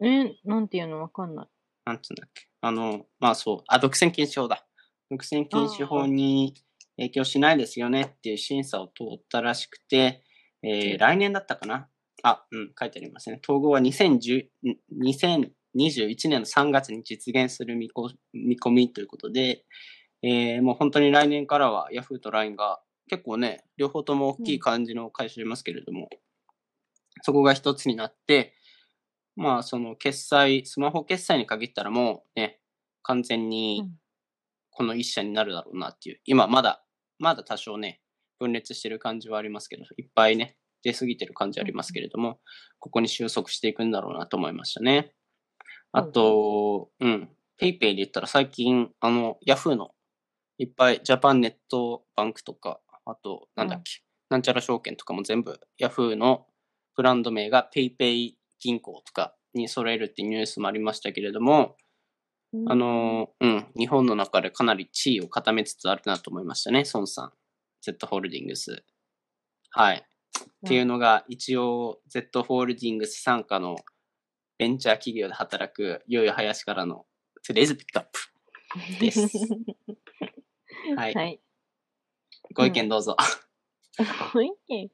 [SPEAKER 2] え、なんていうのわかんない。
[SPEAKER 1] なんつうんだっけ、あの、まあそう、あ、独占禁止法だ。独占禁止法に影響しないですよねっていう審査を通ったらしくて、えー来年だったかな。あ、うん、書いてありますね。統合は2010ん2021年の3月に実現する見こ見込みということで、えーもう本当に来年からは Yahoo と LINE が結構ね、両方とも大きい感じの会社いますけれども、そこが一つになって、まあその決済、スマホ決済に限ったらもうね、完全に
[SPEAKER 2] うん
[SPEAKER 1] この一社になるだろうなっていう、今まだ、まだ多少ね、分裂してる感じはありますけど、いっぱいね、出過ぎてる感じありますけれども、ここに収束していくんだろうなと思いましたね。あと、うん、ペイペイで言ったら最近、あの、ヤフーのいっぱいジャパンネットバンクとか、あと、なんだっけ、なんちゃら証券とかも全部ヤフーのブランド名が PayPay 銀行とかに揃えるっていうニュースもありましたけれども、あのー、うん、日本の中でかなり地位を固めつつあるなと思いましたね、孫さん。Z ホールディングス。はい。っていうのが、一応、Z ホールディングス傘下のベンチャー企業で働く、ゆうやはやしからの Today's Pick Up。ですはい。
[SPEAKER 2] *laughs* はい。
[SPEAKER 1] ご意見どうぞ。
[SPEAKER 2] *laughs* ご意見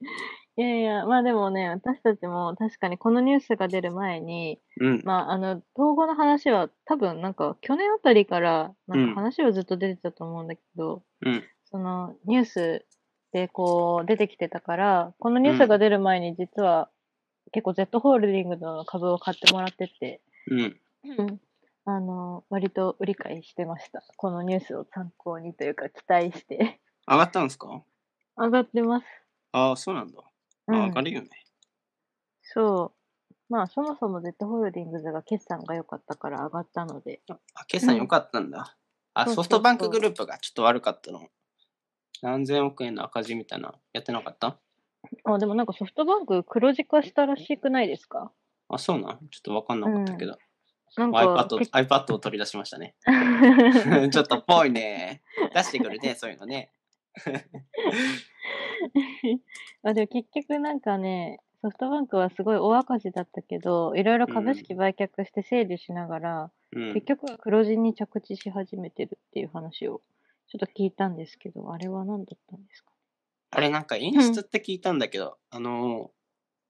[SPEAKER 2] いやいや、まあでもね、私たちも確かにこのニュースが出る前に、
[SPEAKER 1] うん。
[SPEAKER 2] まあ、あの、統合の話は多分なんか去年あたりからなん
[SPEAKER 1] うん
[SPEAKER 2] か話はずっと出てたと思うんだけど、
[SPEAKER 1] うん。
[SPEAKER 2] そのニュースでこう出てきてたから、このニュー
[SPEAKER 1] う
[SPEAKER 2] ス
[SPEAKER 1] ん
[SPEAKER 2] が出る前に実は結構 Z ホールディングスの株を買ってもらってて、
[SPEAKER 1] うん。
[SPEAKER 2] あの、割と売り買いしてました。このニュースを参考にというか、期待して。
[SPEAKER 1] 上がったんですか
[SPEAKER 2] 上がってます。
[SPEAKER 1] ああ、そうなんだ。
[SPEAKER 2] う
[SPEAKER 1] あ
[SPEAKER 2] ん、
[SPEAKER 1] 上がるよね。
[SPEAKER 2] そう。まあ、そもそも Z ホールディングスが決算が良かったから上がったので。
[SPEAKER 1] あ、決算良かったんだ。あ、
[SPEAKER 2] そうそうそう
[SPEAKER 1] ソフトバンクグループがちょっと悪かったの。何千億円の赤字みたいな、やってなかった
[SPEAKER 2] あ、でもなんかソフトバンク黒字化したらしくないですか
[SPEAKER 1] あ、そうなんちょっとわかんなかったけど。
[SPEAKER 2] なんか、
[SPEAKER 1] iPad,
[SPEAKER 2] 結
[SPEAKER 1] iPad を取り出しましたね。 *laughs* ちょっとぽいね。出してくる
[SPEAKER 2] *laughs*
[SPEAKER 1] ね、そういうのね。
[SPEAKER 2] *laughs* あでも結局なんかね、ソフトバンクはすごい大赤字だったけど、いろいろ株式売却して整理しながら、
[SPEAKER 1] うん
[SPEAKER 2] 結。局は黒字に着地し始めてるっていう話をちょっと聞いたんですけど、あれは何だったんですか
[SPEAKER 1] あれなんか演出って聞いたんだけど、あの、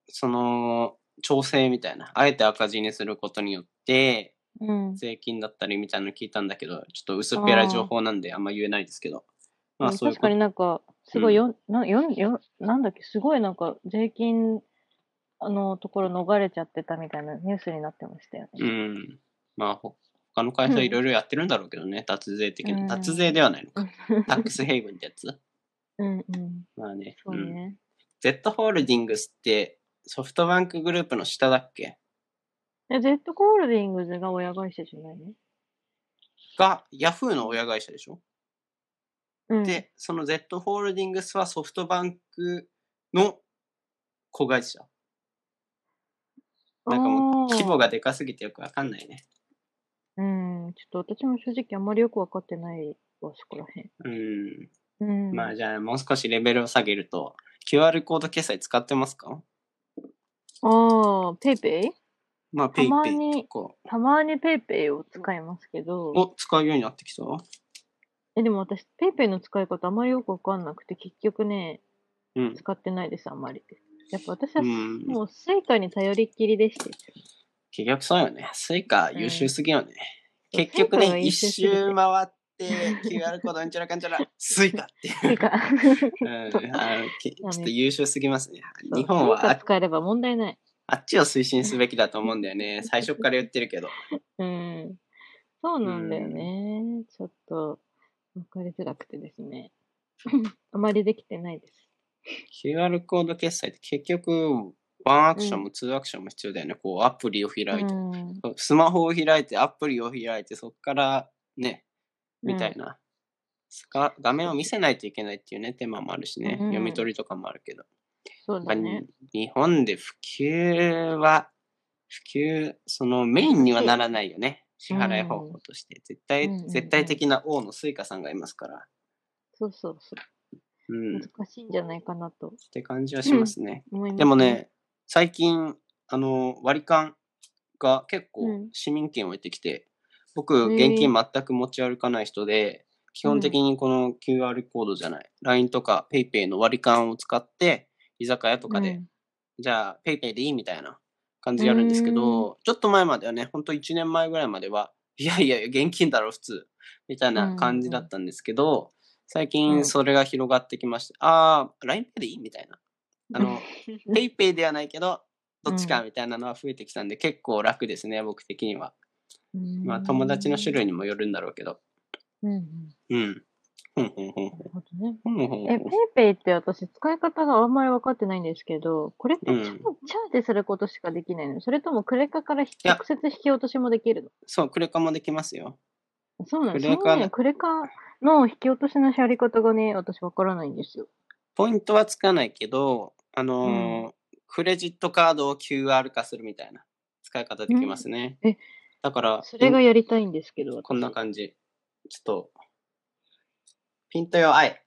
[SPEAKER 1] その、調整みたいな。あえて赤字にすることによって、
[SPEAKER 2] うん。
[SPEAKER 1] 税金だったりみたいなの聞いたんだけど、ちょっと薄っぺらい情報なんであんま言えないですけど。まあ
[SPEAKER 2] うん
[SPEAKER 1] そういう
[SPEAKER 2] 確
[SPEAKER 1] こ
[SPEAKER 2] か
[SPEAKER 1] と
[SPEAKER 2] に。なんか、すごいよ、なよよなんだっけ、すごいなんか税金あのところ逃れちゃってたみたいなニュースになってましたよ
[SPEAKER 1] う
[SPEAKER 2] ね。
[SPEAKER 1] ん。まあ、ほ他の会社いろいろやってるんだろうけどね、脱税的
[SPEAKER 2] うん
[SPEAKER 1] な。脱税ではないの
[SPEAKER 2] *laughs*
[SPEAKER 1] か。タックスヘイブンってやつ。
[SPEAKER 2] うんうん。
[SPEAKER 1] まあね。
[SPEAKER 2] そう
[SPEAKER 1] うん。
[SPEAKER 2] ね。
[SPEAKER 1] Z ホールディングスってソフトバンクグループの下だっけ
[SPEAKER 2] え、Z ホールディングスが親会社じゃないの
[SPEAKER 1] が、ヤフーの親会社でしょ、
[SPEAKER 2] うん。
[SPEAKER 1] で、その Z ホールディングスはソフトバンクの子会社。なんかもう規模
[SPEAKER 2] が。
[SPEAKER 1] がでかすぎてよくわかんないね。
[SPEAKER 2] うん。ちょっと私も正直あんまりよくわかってないわ、そこらへん。
[SPEAKER 1] うん。
[SPEAKER 2] うん。
[SPEAKER 1] まあじゃあもう少しレベルを下げると QR コード決済使ってますか
[SPEAKER 2] ああ、ペイペイ
[SPEAKER 1] まあ
[SPEAKER 2] た
[SPEAKER 1] ペイ
[SPEAKER 2] ま
[SPEAKER 1] ペ
[SPEAKER 2] に
[SPEAKER 1] イとか
[SPEAKER 2] たまにペイペイを使いますけど、
[SPEAKER 1] を使うようになってきた
[SPEAKER 2] え、でも私、ペイペイの使い方あんまりよくわかんなくて、結局ね、
[SPEAKER 1] うん。
[SPEAKER 2] 使ってないです、あんまり。やっぱ私
[SPEAKER 1] う
[SPEAKER 2] は
[SPEAKER 1] ん。
[SPEAKER 2] もうスイカに頼りっきりでして。
[SPEAKER 1] 結局そうよね。スイカ優秀すぎよね。
[SPEAKER 2] うん
[SPEAKER 1] 結局
[SPEAKER 2] スイカが
[SPEAKER 1] ね、
[SPEAKER 2] 優
[SPEAKER 1] 一
[SPEAKER 2] 秀すぎて
[SPEAKER 1] 周回って QR コードうんちゃらかんちゃら、スイカ
[SPEAKER 2] *laughs*
[SPEAKER 1] って。
[SPEAKER 2] スイカ。
[SPEAKER 1] うん、あのけちょ
[SPEAKER 2] だ
[SPEAKER 1] っ
[SPEAKER 2] ね
[SPEAKER 1] と優秀すぎますね。
[SPEAKER 2] そう
[SPEAKER 1] 日本
[SPEAKER 2] スイカ
[SPEAKER 1] はあ
[SPEAKER 2] 使えれば問題ない。
[SPEAKER 1] あっちを推進すべきだと思うんだよね。最初から言ってるけど。
[SPEAKER 2] うん。そうなんだよね。ちょっと、わかりづらくてですね。 *laughs* あまりできてないです。
[SPEAKER 1] QR コード決済って結局、ワンアクションもツーアクションも必要だよね。こうアプリを開いて。
[SPEAKER 2] うん。
[SPEAKER 1] スマホを開いて、アプリを開いて、そこからね、みたいな、すか画面を見せないといけないっていうね、手間もあるしね、
[SPEAKER 2] うん
[SPEAKER 1] 読み取りとかもあるけど、
[SPEAKER 2] そうだ
[SPEAKER 1] やっ
[SPEAKER 2] ね
[SPEAKER 1] ぱ。り日本で普及は、普及、そのメインにはならないよね、支払い方法として。絶対、
[SPEAKER 2] うんうんうん
[SPEAKER 1] 絶対的な王のスイカさんがいますから、
[SPEAKER 2] そうそうそう。
[SPEAKER 1] うん、っ
[SPEAKER 2] 難しいんじゃないかなと
[SPEAKER 1] て感じはしますね。
[SPEAKER 2] 思います、
[SPEAKER 1] でも、ね、最近、あの、割り勘が結構
[SPEAKER 2] うん
[SPEAKER 1] 市民権を得てきて、
[SPEAKER 2] へ
[SPEAKER 1] 僕、
[SPEAKER 2] ー
[SPEAKER 1] 現金全く持ち歩かない人で、基本的にこの QR コードじゃない、LINE とか PayPay の割り勘を使って、居酒屋とかで、
[SPEAKER 2] うん
[SPEAKER 1] じゃあ PayPay でいいみたいな感じでやるんですけど、ちょっと前まではね、ほんと1年前ぐらいまでは、いやいや、現金だろ、普通、みたいな感じだったんですけど、最
[SPEAKER 2] うん
[SPEAKER 1] 近それが広がってきまして、ああ、LINEPay でいいみたいな。あ
[SPEAKER 2] *laughs*
[SPEAKER 1] の、ペイペイではないけど、どっちかみたいなのは増えてきたんで、結構楽ですね、僕的には。まあ、友達の種類にもよるんだろうけど。
[SPEAKER 2] うん。うん。
[SPEAKER 1] うん。ほんほんほんほ。
[SPEAKER 2] なんるほどね。
[SPEAKER 1] ほんほんほ
[SPEAKER 2] え、
[SPEAKER 1] んほ
[SPEAKER 2] ペイ
[SPEAKER 1] ん
[SPEAKER 2] ペイって私使い方があんまり分かってないんですけど、これってチャ,、
[SPEAKER 1] うん
[SPEAKER 2] チャージすることしかできないのそれともクレカからひ
[SPEAKER 1] や
[SPEAKER 2] 直接引き落としもできる
[SPEAKER 1] そう、クレカもできますよ。
[SPEAKER 2] のそうなんです
[SPEAKER 1] クレカ
[SPEAKER 2] ね。クレカの引き落としのやり方がね、私分からないんですよ。
[SPEAKER 1] ポイントはつかないけど、あのークレジットカードを QR 化するみたいな使い方できますね。
[SPEAKER 2] うんえ
[SPEAKER 1] だから、
[SPEAKER 2] それがやりたいんですけど、
[SPEAKER 1] こんな
[SPEAKER 2] 私
[SPEAKER 1] 感じ。ちょっと、ピント用 I。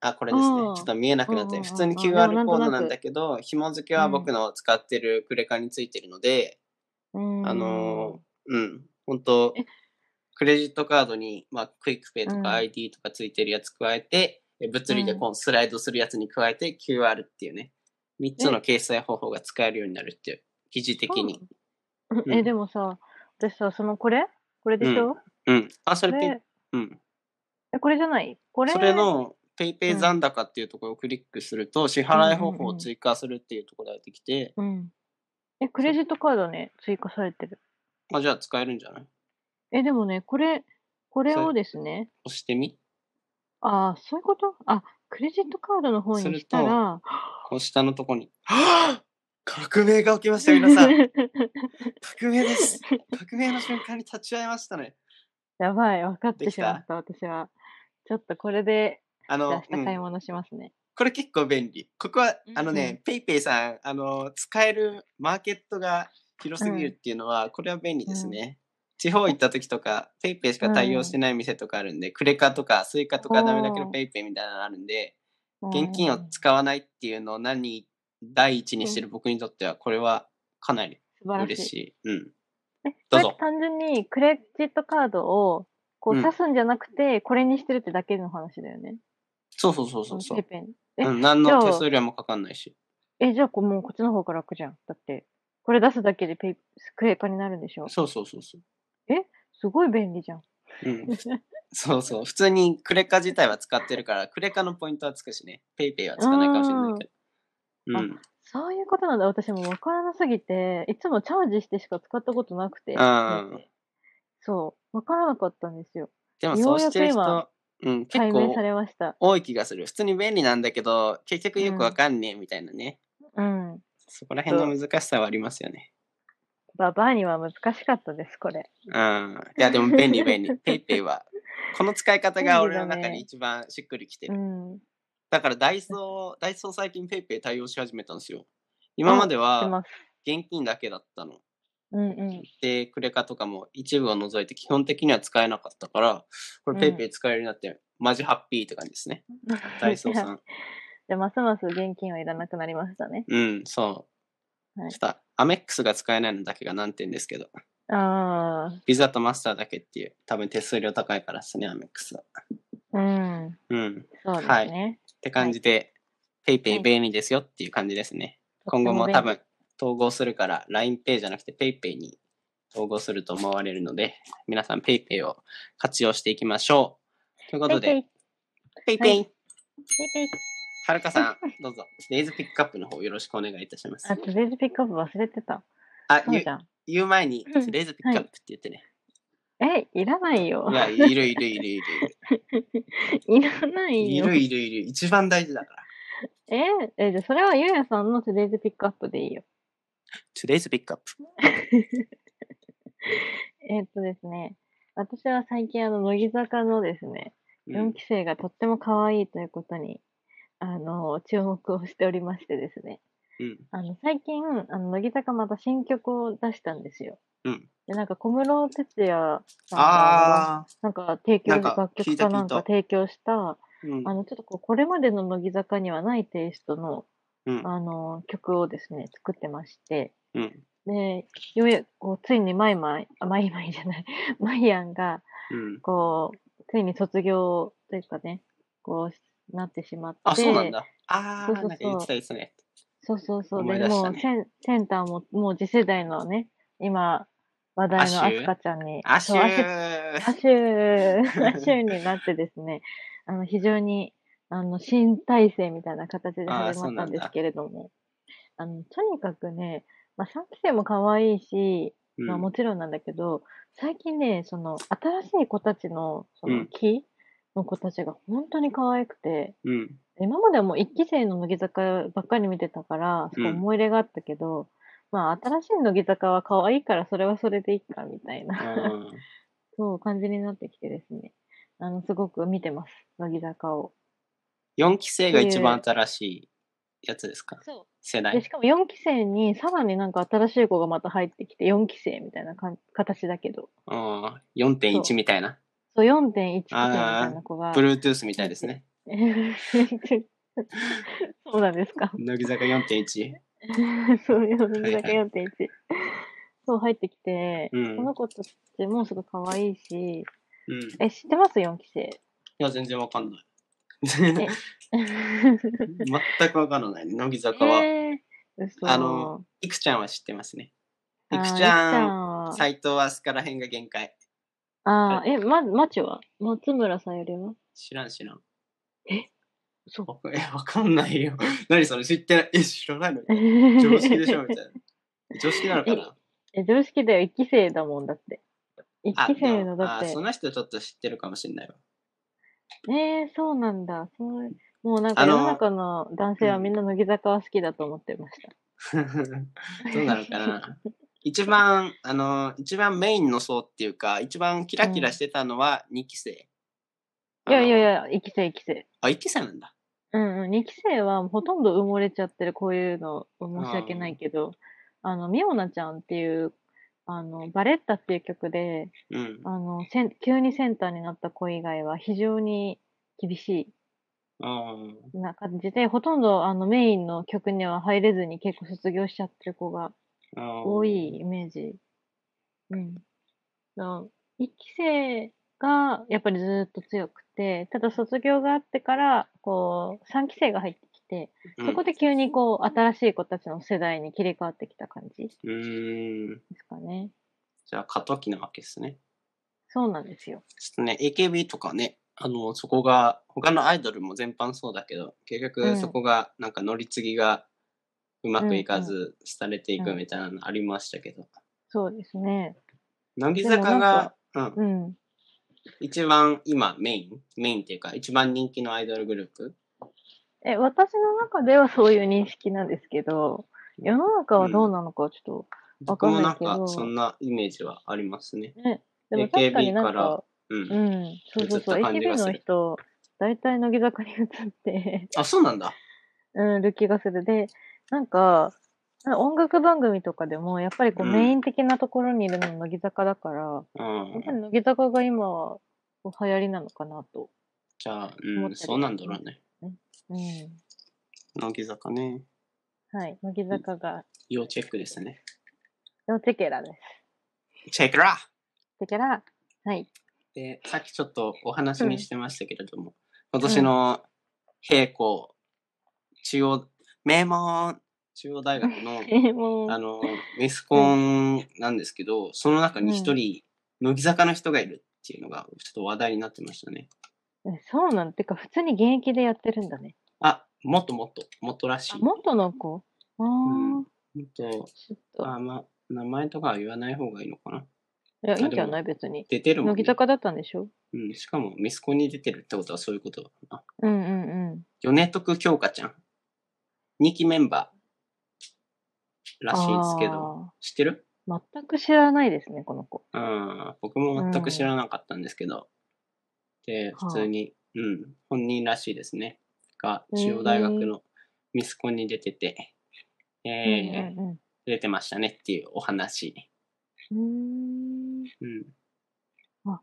[SPEAKER 1] あ、これですね。
[SPEAKER 2] あー
[SPEAKER 1] ちょっと見えなくなって
[SPEAKER 2] うんうんうんうん
[SPEAKER 1] る。普通に
[SPEAKER 2] でもなん
[SPEAKER 1] QR
[SPEAKER 2] となく
[SPEAKER 1] コードなんだけど、紐付けは僕の使ってるクレカについてるので、
[SPEAKER 2] うーん
[SPEAKER 1] あのうん、本当
[SPEAKER 2] え
[SPEAKER 1] クレジットカードに、まあ、クイックペイと
[SPEAKER 2] うん
[SPEAKER 1] か ID とかついてるやつ加えて、え物理で
[SPEAKER 2] うん
[SPEAKER 1] こうスライドするやつに加えて QR っていうね、3つの決済方法が使えるようになるっていう、記事的に。
[SPEAKER 2] そう
[SPEAKER 1] うん
[SPEAKER 2] え、でもさ、私さ、そのこれこれでしょ、
[SPEAKER 1] うん。あ、そ
[SPEAKER 2] こ
[SPEAKER 1] れピン
[SPEAKER 2] れ、
[SPEAKER 1] うん。
[SPEAKER 2] え、これじゃないこれ
[SPEAKER 1] それ、の PayPay
[SPEAKER 2] うん
[SPEAKER 1] 残高っていうところをクリックすると、支払い方
[SPEAKER 2] うんう
[SPEAKER 1] 法
[SPEAKER 2] んう
[SPEAKER 1] を
[SPEAKER 2] ん
[SPEAKER 1] 追加するっていうところができて、
[SPEAKER 2] うん。え、クレジットカードね、追加されてる。
[SPEAKER 1] まあ、じゃあ使えるんじゃない
[SPEAKER 2] え、でもね、これ、これ
[SPEAKER 1] そ
[SPEAKER 2] を
[SPEAKER 1] う
[SPEAKER 2] ですね、
[SPEAKER 1] 押してみ。
[SPEAKER 2] ああ、そういうことあ、クレジットカードの方
[SPEAKER 1] す
[SPEAKER 2] に
[SPEAKER 1] る
[SPEAKER 2] した
[SPEAKER 1] と
[SPEAKER 2] ら、
[SPEAKER 1] こう下のとこに。 *gasps* はぁ革命が起きました、皆さ
[SPEAKER 2] *laughs*
[SPEAKER 1] ん。革命です。革命の瞬間に立ち会いましたね。
[SPEAKER 2] やばい、分かって
[SPEAKER 1] でき
[SPEAKER 2] したまった、私は。ちょっとこれで、
[SPEAKER 1] あ
[SPEAKER 2] じゃあ
[SPEAKER 1] の、う
[SPEAKER 2] 明日買い
[SPEAKER 1] ん、
[SPEAKER 2] 物しますね。
[SPEAKER 1] これ結構便利。ここは、あの
[SPEAKER 2] うんう
[SPEAKER 1] ね、ペイペイさん、あの、使えるマーケットが広すぎるっていうのは、これは便利ですね。地方行った時とか、ペイペイしか対応してない店とかあるんで、クレカとかスイカとかダメだけど
[SPEAKER 2] おー
[SPEAKER 1] ペイペイみたいなのあるんで、
[SPEAKER 2] うん
[SPEAKER 1] 現金を使わないっていうのを何第一にしてる僕にとっては、これはかなり
[SPEAKER 2] 素晴ら
[SPEAKER 1] 嬉
[SPEAKER 2] しい。
[SPEAKER 1] しい。うん。
[SPEAKER 2] え、
[SPEAKER 1] ど
[SPEAKER 2] そ
[SPEAKER 1] ぞ
[SPEAKER 2] うれって単純にクレジットカードをこ
[SPEAKER 1] うん
[SPEAKER 2] う刺すんじゃなくて、これにしてるってだけの話だよね。
[SPEAKER 1] そうそうそうそうそ
[SPEAKER 2] ペイ
[SPEAKER 1] う。
[SPEAKER 2] ペイにえ
[SPEAKER 1] うん、何
[SPEAKER 2] じゃ
[SPEAKER 1] の
[SPEAKER 2] あ
[SPEAKER 1] 手数料もかかんないし。
[SPEAKER 2] え、じゃあこうもうこっちの方が楽じゃん。だって、これ出すだけでペイクレーパになるんでしょ
[SPEAKER 1] そうそうそうそう。
[SPEAKER 2] すごい便利じゃん。
[SPEAKER 1] うん、
[SPEAKER 2] *laughs*
[SPEAKER 1] そうそう。普通にクレカ自体は使ってるから、クレカのポイントはつくしね。ペイペイはつかないかもしれないけど。う
[SPEAKER 2] うん
[SPEAKER 1] ん。
[SPEAKER 2] そういうことなんだ。私もわからなすぎて、いつもチャージしてしか使ったことなくて。
[SPEAKER 1] うん
[SPEAKER 2] そう。わからなかったんですよ。
[SPEAKER 1] でもそうしてる
[SPEAKER 2] ようや
[SPEAKER 1] 人、うん、結
[SPEAKER 2] 解明さ
[SPEAKER 1] 構
[SPEAKER 2] れました。
[SPEAKER 1] 多い気がする。普通に便利なんだけど、結局よくわかんねえみたいなね。
[SPEAKER 2] うん。
[SPEAKER 1] そこら辺の難しさはありますよね。
[SPEAKER 2] ババアには難しかったです、これ。
[SPEAKER 1] うん。いや、でも便利便
[SPEAKER 2] *laughs*
[SPEAKER 1] 利。ペイペイは。この使い方が俺の
[SPEAKER 2] 便利
[SPEAKER 1] 中
[SPEAKER 2] だね
[SPEAKER 1] に一番しっくりきて
[SPEAKER 2] う
[SPEAKER 1] る。
[SPEAKER 2] ん。知
[SPEAKER 1] だからダイソー、ダイソー最近ペイペイ対応し始めたんですよ。今まで
[SPEAKER 2] って
[SPEAKER 1] は
[SPEAKER 2] ます。
[SPEAKER 1] 現金だけだったの。
[SPEAKER 2] うんうん。
[SPEAKER 1] で、クレカとかも一部を除いて基本的には使えなかったから、これペイペイ使えるようになって、マジハッピーって感じです
[SPEAKER 2] *laughs*
[SPEAKER 1] ね。ダイソーさん。
[SPEAKER 2] で、ますます現金はいらなくなりましたね。
[SPEAKER 1] うん、そう。
[SPEAKER 2] はい
[SPEAKER 1] ちょっとアメックスが使えないのだけが難点ですけど、
[SPEAKER 2] あ
[SPEAKER 1] ビザとマスターだけっていう、多分手数料高いからですね、アメックスは。
[SPEAKER 2] あ、うん。
[SPEAKER 1] うん。っ
[SPEAKER 2] そうです
[SPEAKER 1] はい
[SPEAKER 2] ね。
[SPEAKER 1] て感じで、ペイペイ
[SPEAKER 2] はい
[SPEAKER 1] 便利ですよっていう感じですね。
[SPEAKER 2] とっ
[SPEAKER 1] 今
[SPEAKER 2] て
[SPEAKER 1] 後も
[SPEAKER 2] 便利
[SPEAKER 1] 多。分統合するから LINEPay じゃなくて PayPay に統合すると思われるので、皆さん PayPay を活用していきましょう。ということ
[SPEAKER 2] ペイ
[SPEAKER 1] で、PayPay、
[SPEAKER 2] はいペイペイ
[SPEAKER 1] はるかさん、どうぞ、デイズピックアップの方よろしくお願いいたします。
[SPEAKER 2] あ、トレーズピックアップ忘れてた。
[SPEAKER 1] あ、
[SPEAKER 2] そう
[SPEAKER 1] 言う
[SPEAKER 2] じゃん。
[SPEAKER 1] 言う前に、
[SPEAKER 2] うん
[SPEAKER 1] デイズピックアップって言ってね。
[SPEAKER 2] え、いらないよ
[SPEAKER 1] い。や、いるいるいるいるいる。
[SPEAKER 2] いら *laughs* ない
[SPEAKER 1] い
[SPEAKER 2] よ
[SPEAKER 1] る。いるいる。一番大事だから。
[SPEAKER 2] え、え、じゃあそれはゆうやさんのトレーズピックアップでいいよ。
[SPEAKER 1] Today's Pick Up。
[SPEAKER 2] えっとですね、私は最近あの、乃木坂のですね、
[SPEAKER 1] う
[SPEAKER 2] 4
[SPEAKER 1] ん
[SPEAKER 2] 期生がとっても可愛いということに、あの、注目をしておりましてですね。
[SPEAKER 1] うん。
[SPEAKER 2] あの、最近、あの、乃木坂また新曲を出したんですよ。
[SPEAKER 1] うん
[SPEAKER 2] で、なんか小室哲哉さんが、
[SPEAKER 1] ああ。
[SPEAKER 2] なんか提供、
[SPEAKER 1] なんか
[SPEAKER 2] 楽
[SPEAKER 1] 聞い
[SPEAKER 2] 曲
[SPEAKER 1] た
[SPEAKER 2] かなん
[SPEAKER 1] 聞
[SPEAKER 2] か
[SPEAKER 1] い
[SPEAKER 2] 提供した、
[SPEAKER 1] うん
[SPEAKER 2] あの、ちょっとこう、これまでの乃木坂にはないテイストの、
[SPEAKER 1] うん。
[SPEAKER 2] あの、曲をですね、作ってまして、
[SPEAKER 1] うん。
[SPEAKER 2] で、ようやく、こう、ついにマイマイ、あマイマイじゃない、マイアンが、
[SPEAKER 1] うん。
[SPEAKER 2] こう、ついに卒業というかね、こう、なってしまって、
[SPEAKER 1] あ、そうなんだ。ああ、
[SPEAKER 2] そう
[SPEAKER 1] なん
[SPEAKER 2] そう
[SPEAKER 1] か言ってた
[SPEAKER 2] そ
[SPEAKER 1] ですね。
[SPEAKER 2] そうそうそう。
[SPEAKER 1] 思い
[SPEAKER 2] で、
[SPEAKER 1] 出し
[SPEAKER 2] も
[SPEAKER 1] た
[SPEAKER 2] う
[SPEAKER 1] ね
[SPEAKER 2] セン、センターも、もう次世代のね、今、話題の
[SPEAKER 1] ア
[SPEAKER 2] ア
[SPEAKER 1] シュ
[SPEAKER 2] スカちゃんに、
[SPEAKER 1] アシ
[SPEAKER 2] そう
[SPEAKER 1] ュ
[SPEAKER 2] アシュ、ア
[SPEAKER 1] ー。
[SPEAKER 2] シュー、アシューになってですね、あの、非常に、あの、新体制みたいな形で
[SPEAKER 1] あー
[SPEAKER 2] 始
[SPEAKER 1] そ
[SPEAKER 2] ま
[SPEAKER 1] う
[SPEAKER 2] っ
[SPEAKER 1] な
[SPEAKER 2] た
[SPEAKER 1] ん
[SPEAKER 2] ん
[SPEAKER 1] だ
[SPEAKER 2] ですけれども、あの、とにかくね、まあ、3期生も可愛いし、
[SPEAKER 1] う
[SPEAKER 2] まあ、
[SPEAKER 1] ん
[SPEAKER 2] もちろんなんだけど、最近ね、その、新しい子たちの、そうの、
[SPEAKER 1] ん
[SPEAKER 2] 木の子たちが本当に可愛くて、
[SPEAKER 1] うん。
[SPEAKER 2] 今まではもう一期生の乃木坂ばっかり見てたから、すごい思い入れがあったけど、まあ新しい乃木坂は可愛いからそれはそれでいいかみたいな、
[SPEAKER 1] うん。
[SPEAKER 2] そう感じになってきてですね。あの、すごく見てます、乃木坂を。
[SPEAKER 1] 4期生が一番新しいやつですか
[SPEAKER 2] そ
[SPEAKER 1] 世
[SPEAKER 2] う。で、
[SPEAKER 1] 代
[SPEAKER 2] し。かも4期生にさらになんか新しい子がまた入ってきて、4期生みたいなかん形だけど、
[SPEAKER 1] うん。
[SPEAKER 2] そ
[SPEAKER 1] 4.1
[SPEAKER 2] う
[SPEAKER 1] みたいな。
[SPEAKER 2] そう4.1期生みたい
[SPEAKER 1] あ
[SPEAKER 2] な子が
[SPEAKER 1] あ、、Bluetooth みたいですね。
[SPEAKER 2] *laughs* そうなんですか。
[SPEAKER 1] 乃木坂4.1。
[SPEAKER 2] そういう乃木坂
[SPEAKER 1] はい
[SPEAKER 2] 4.1。そう、入ってきて、
[SPEAKER 1] うん
[SPEAKER 2] この子たちもすごい可愛いし、
[SPEAKER 1] うん。い
[SPEAKER 2] え、知ってます ?4 期生。
[SPEAKER 1] や、全然わかんない。 *laughs*
[SPEAKER 2] え
[SPEAKER 1] 全くわからない。乃木坂は。
[SPEAKER 2] えー、嘘。
[SPEAKER 1] あの、いくちゃんは知ってますね。
[SPEAKER 2] あ
[SPEAKER 1] い
[SPEAKER 2] ー
[SPEAKER 1] く
[SPEAKER 2] いく
[SPEAKER 1] ち
[SPEAKER 2] ちゃ
[SPEAKER 1] ゃん、
[SPEAKER 2] んは、
[SPEAKER 1] 斎藤明日から辺が限界。
[SPEAKER 2] あーえ、ま、まちは松村さんよりは
[SPEAKER 1] 知らん知らん。
[SPEAKER 2] そ
[SPEAKER 1] わかえ、わかんないよ。 *laughs* 何それ知ってない。え、 *laughs* 知らないの
[SPEAKER 2] う。 *laughs*
[SPEAKER 1] 常識でしょみたいな。常識なのかな
[SPEAKER 2] え、常識だよ。1期生だもんだって。一
[SPEAKER 1] あ、
[SPEAKER 2] 期生の
[SPEAKER 1] でも
[SPEAKER 2] だっ
[SPEAKER 1] あ
[SPEAKER 2] て
[SPEAKER 1] そ、の人ちょっと知ってるかもしれないわ。 *laughs*
[SPEAKER 2] えー、そうなんだ。そうもうなんか
[SPEAKER 1] あ
[SPEAKER 2] 世
[SPEAKER 1] の
[SPEAKER 2] の中の男性は
[SPEAKER 1] うん
[SPEAKER 2] みんな乃木坂は好きだと思ってました。
[SPEAKER 1] どうなのかな一番、あの、一番メインの層っていうか、一番キラキラしてたのは2期生。
[SPEAKER 2] *laughs* いやいやい
[SPEAKER 1] や。
[SPEAKER 2] や、一期生一期生。
[SPEAKER 1] あ、1期生なんだ。
[SPEAKER 2] うんうん、二期生はほとんど埋もれちゃってる、こういうの、申し訳ないけど、あの、みおなちゃんっていう、あの、バレッタっていう曲で、
[SPEAKER 1] うん。
[SPEAKER 2] あの、せん急にセンターになった子以外は非常に厳し
[SPEAKER 1] あ
[SPEAKER 2] いな感じで、ほとんどあのメインの曲には入れずに結構卒業しちゃってる子が
[SPEAKER 1] ーあー。
[SPEAKER 2] 多いイメージ。うん。の一期生がやっぱりずーっと強くて、ただ卒業があってから、こう、三期生が入ってきて、
[SPEAKER 1] うん。
[SPEAKER 2] そこで急にこう、新しい子たちの世代に切り替わってきた感じで
[SPEAKER 1] うーん。
[SPEAKER 2] すかね。
[SPEAKER 1] じゃあ、過渡期なわけですね。
[SPEAKER 2] そうなんですよ。
[SPEAKER 1] ちょっとね、AKB とかね、あの、そこが、他のアイドルも全般そうだけど、結
[SPEAKER 2] うん
[SPEAKER 1] 局そこが、なんか乗り継ぎがうまくいかず、廃れていくみたいなのありましたけど、
[SPEAKER 2] そうですね。
[SPEAKER 1] 乃木
[SPEAKER 2] で
[SPEAKER 1] 坂
[SPEAKER 2] もなん
[SPEAKER 1] が、うん、
[SPEAKER 2] うん。
[SPEAKER 1] 一番今メイン、メインっていうか、一番人気のアイドルグループ。
[SPEAKER 2] え、私の中ではそういう認識なんですけど、世の中はどうなのかちょっ
[SPEAKER 1] 僕もなん
[SPEAKER 2] わかんない
[SPEAKER 1] か
[SPEAKER 2] けど、
[SPEAKER 1] そんなイメージはありますね。
[SPEAKER 2] と、ね。でも確かになん
[SPEAKER 1] AKB から
[SPEAKER 2] か、
[SPEAKER 1] う。
[SPEAKER 2] うんん、そうそうそう、
[SPEAKER 1] 移った感じ
[SPEAKER 2] AKB
[SPEAKER 1] がす
[SPEAKER 2] の
[SPEAKER 1] る
[SPEAKER 2] 人、大体乃木坂に移って、
[SPEAKER 1] あ、そうなんだ。
[SPEAKER 2] うん、る気がする。で、なんか、音楽番組とかでも、やっぱりこう、
[SPEAKER 1] うん
[SPEAKER 2] メイン的なところにいるのも乃木坂だから、
[SPEAKER 1] うん
[SPEAKER 2] やっ。ぱり乃木坂が今はこう流行りなのかなと。
[SPEAKER 1] じゃあ、
[SPEAKER 2] 思
[SPEAKER 1] う
[SPEAKER 2] ったり
[SPEAKER 1] ん、そうなんだろうね。
[SPEAKER 2] うん。
[SPEAKER 1] 乃木坂ね。
[SPEAKER 2] はい。乃木坂が、
[SPEAKER 1] 要チェックですね。
[SPEAKER 2] ヨチェケラです。
[SPEAKER 1] チェックラ
[SPEAKER 2] チェケラ。はい。
[SPEAKER 1] で、さっきちょっとお話にしてましたけれども、今年の閉校、中央、名門、中央大学の、
[SPEAKER 2] え、もう、
[SPEAKER 1] あの、ミスコンなんですけど、その中に一人、乃木坂の人がいるっていうのが、ちょっと話題になってましたね。
[SPEAKER 2] えそうなんてか、普通に現役でやってるんだね。
[SPEAKER 1] あ、もっともっと、もっとらしい。
[SPEAKER 2] あ元の子ああ、
[SPEAKER 1] うんもっと、
[SPEAKER 2] ちょっと。
[SPEAKER 1] あ、まあ、名前とかは言わない方がいいのかな。
[SPEAKER 2] いや、いいんじゃ
[SPEAKER 1] で
[SPEAKER 2] ない別に。
[SPEAKER 1] 出てるも
[SPEAKER 2] 乃
[SPEAKER 1] ん、
[SPEAKER 2] 木
[SPEAKER 1] ね。
[SPEAKER 2] 坂だったんでしょ
[SPEAKER 1] うん、しかも、ミスコンに出てるってことはそういうことだな。
[SPEAKER 2] うんうんうん。
[SPEAKER 1] 米徳京香ちゃん。2期メンバーらしいんですけど、
[SPEAKER 2] あ
[SPEAKER 1] 知ってる
[SPEAKER 2] ー。全く知らないですね、この子。
[SPEAKER 1] うん、僕も全く知らなかったんですけど、で、
[SPEAKER 2] はあ
[SPEAKER 1] 普通に、うん、本人らしいですね。が、中央大学のミスコンに出てて、えー
[SPEAKER 2] うんうんうん
[SPEAKER 1] 出てましたねっていうお話。
[SPEAKER 2] うーん
[SPEAKER 1] うん。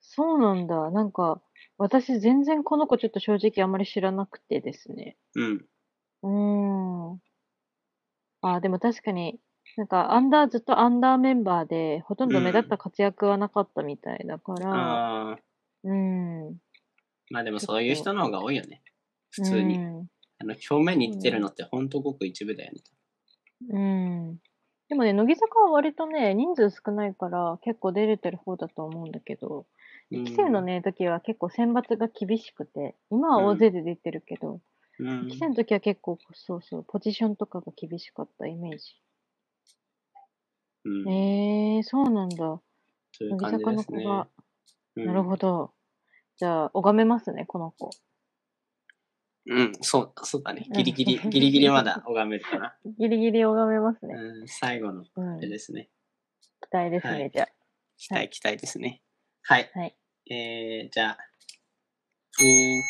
[SPEAKER 2] そうなんだ。なんか、私全然この子ちょっと正直あまり知らなくてですね。
[SPEAKER 1] うん。
[SPEAKER 2] うーん。あ、でも確かに、なんか、アンダー、ずっとアンダーメンバーで、ほとんど目立った活躍はなかったみたいだから、
[SPEAKER 1] あー
[SPEAKER 2] うん。
[SPEAKER 1] まあでもそういう人の方が多いよね。普通
[SPEAKER 2] う
[SPEAKER 1] に。
[SPEAKER 2] ん
[SPEAKER 1] あの、表面に出てるのってほんとごく一部だよね。
[SPEAKER 2] うん。でもね、乃木坂は割とね、人数少ないから、結構出れてる方だと思うんだけど、
[SPEAKER 1] うん
[SPEAKER 2] 1期生のね、時は結構選抜が厳しくて、今は大勢で出てるけど、
[SPEAKER 1] うん
[SPEAKER 2] 1期生の時は結構、そうそう、ポジションとかが厳しかったイメージ。
[SPEAKER 1] うん
[SPEAKER 2] えー、そうなんだ。
[SPEAKER 1] という
[SPEAKER 2] 乃
[SPEAKER 1] 感じ
[SPEAKER 2] 木坂
[SPEAKER 1] で
[SPEAKER 2] の
[SPEAKER 1] す
[SPEAKER 2] 子
[SPEAKER 1] ね。
[SPEAKER 2] が。
[SPEAKER 1] うん
[SPEAKER 2] なるほど。じゃあ、拝めますね、この子。
[SPEAKER 1] うん、そう、そうだね
[SPEAKER 2] う。ん
[SPEAKER 1] ギリ
[SPEAKER 2] *laughs*
[SPEAKER 1] ギリ、ギリギリまだ拝めるかな。
[SPEAKER 2] ギリギリ拝めますね。
[SPEAKER 1] うん、最後の、
[SPEAKER 2] う
[SPEAKER 1] あ
[SPEAKER 2] ん。
[SPEAKER 1] れ
[SPEAKER 2] 期
[SPEAKER 1] ですね。
[SPEAKER 2] 待です
[SPEAKER 1] は
[SPEAKER 2] ね
[SPEAKER 1] い、
[SPEAKER 2] じゃ
[SPEAKER 1] 期待、期待ですね。はい。
[SPEAKER 2] あ。はい。
[SPEAKER 1] えー、じゃあ、うーん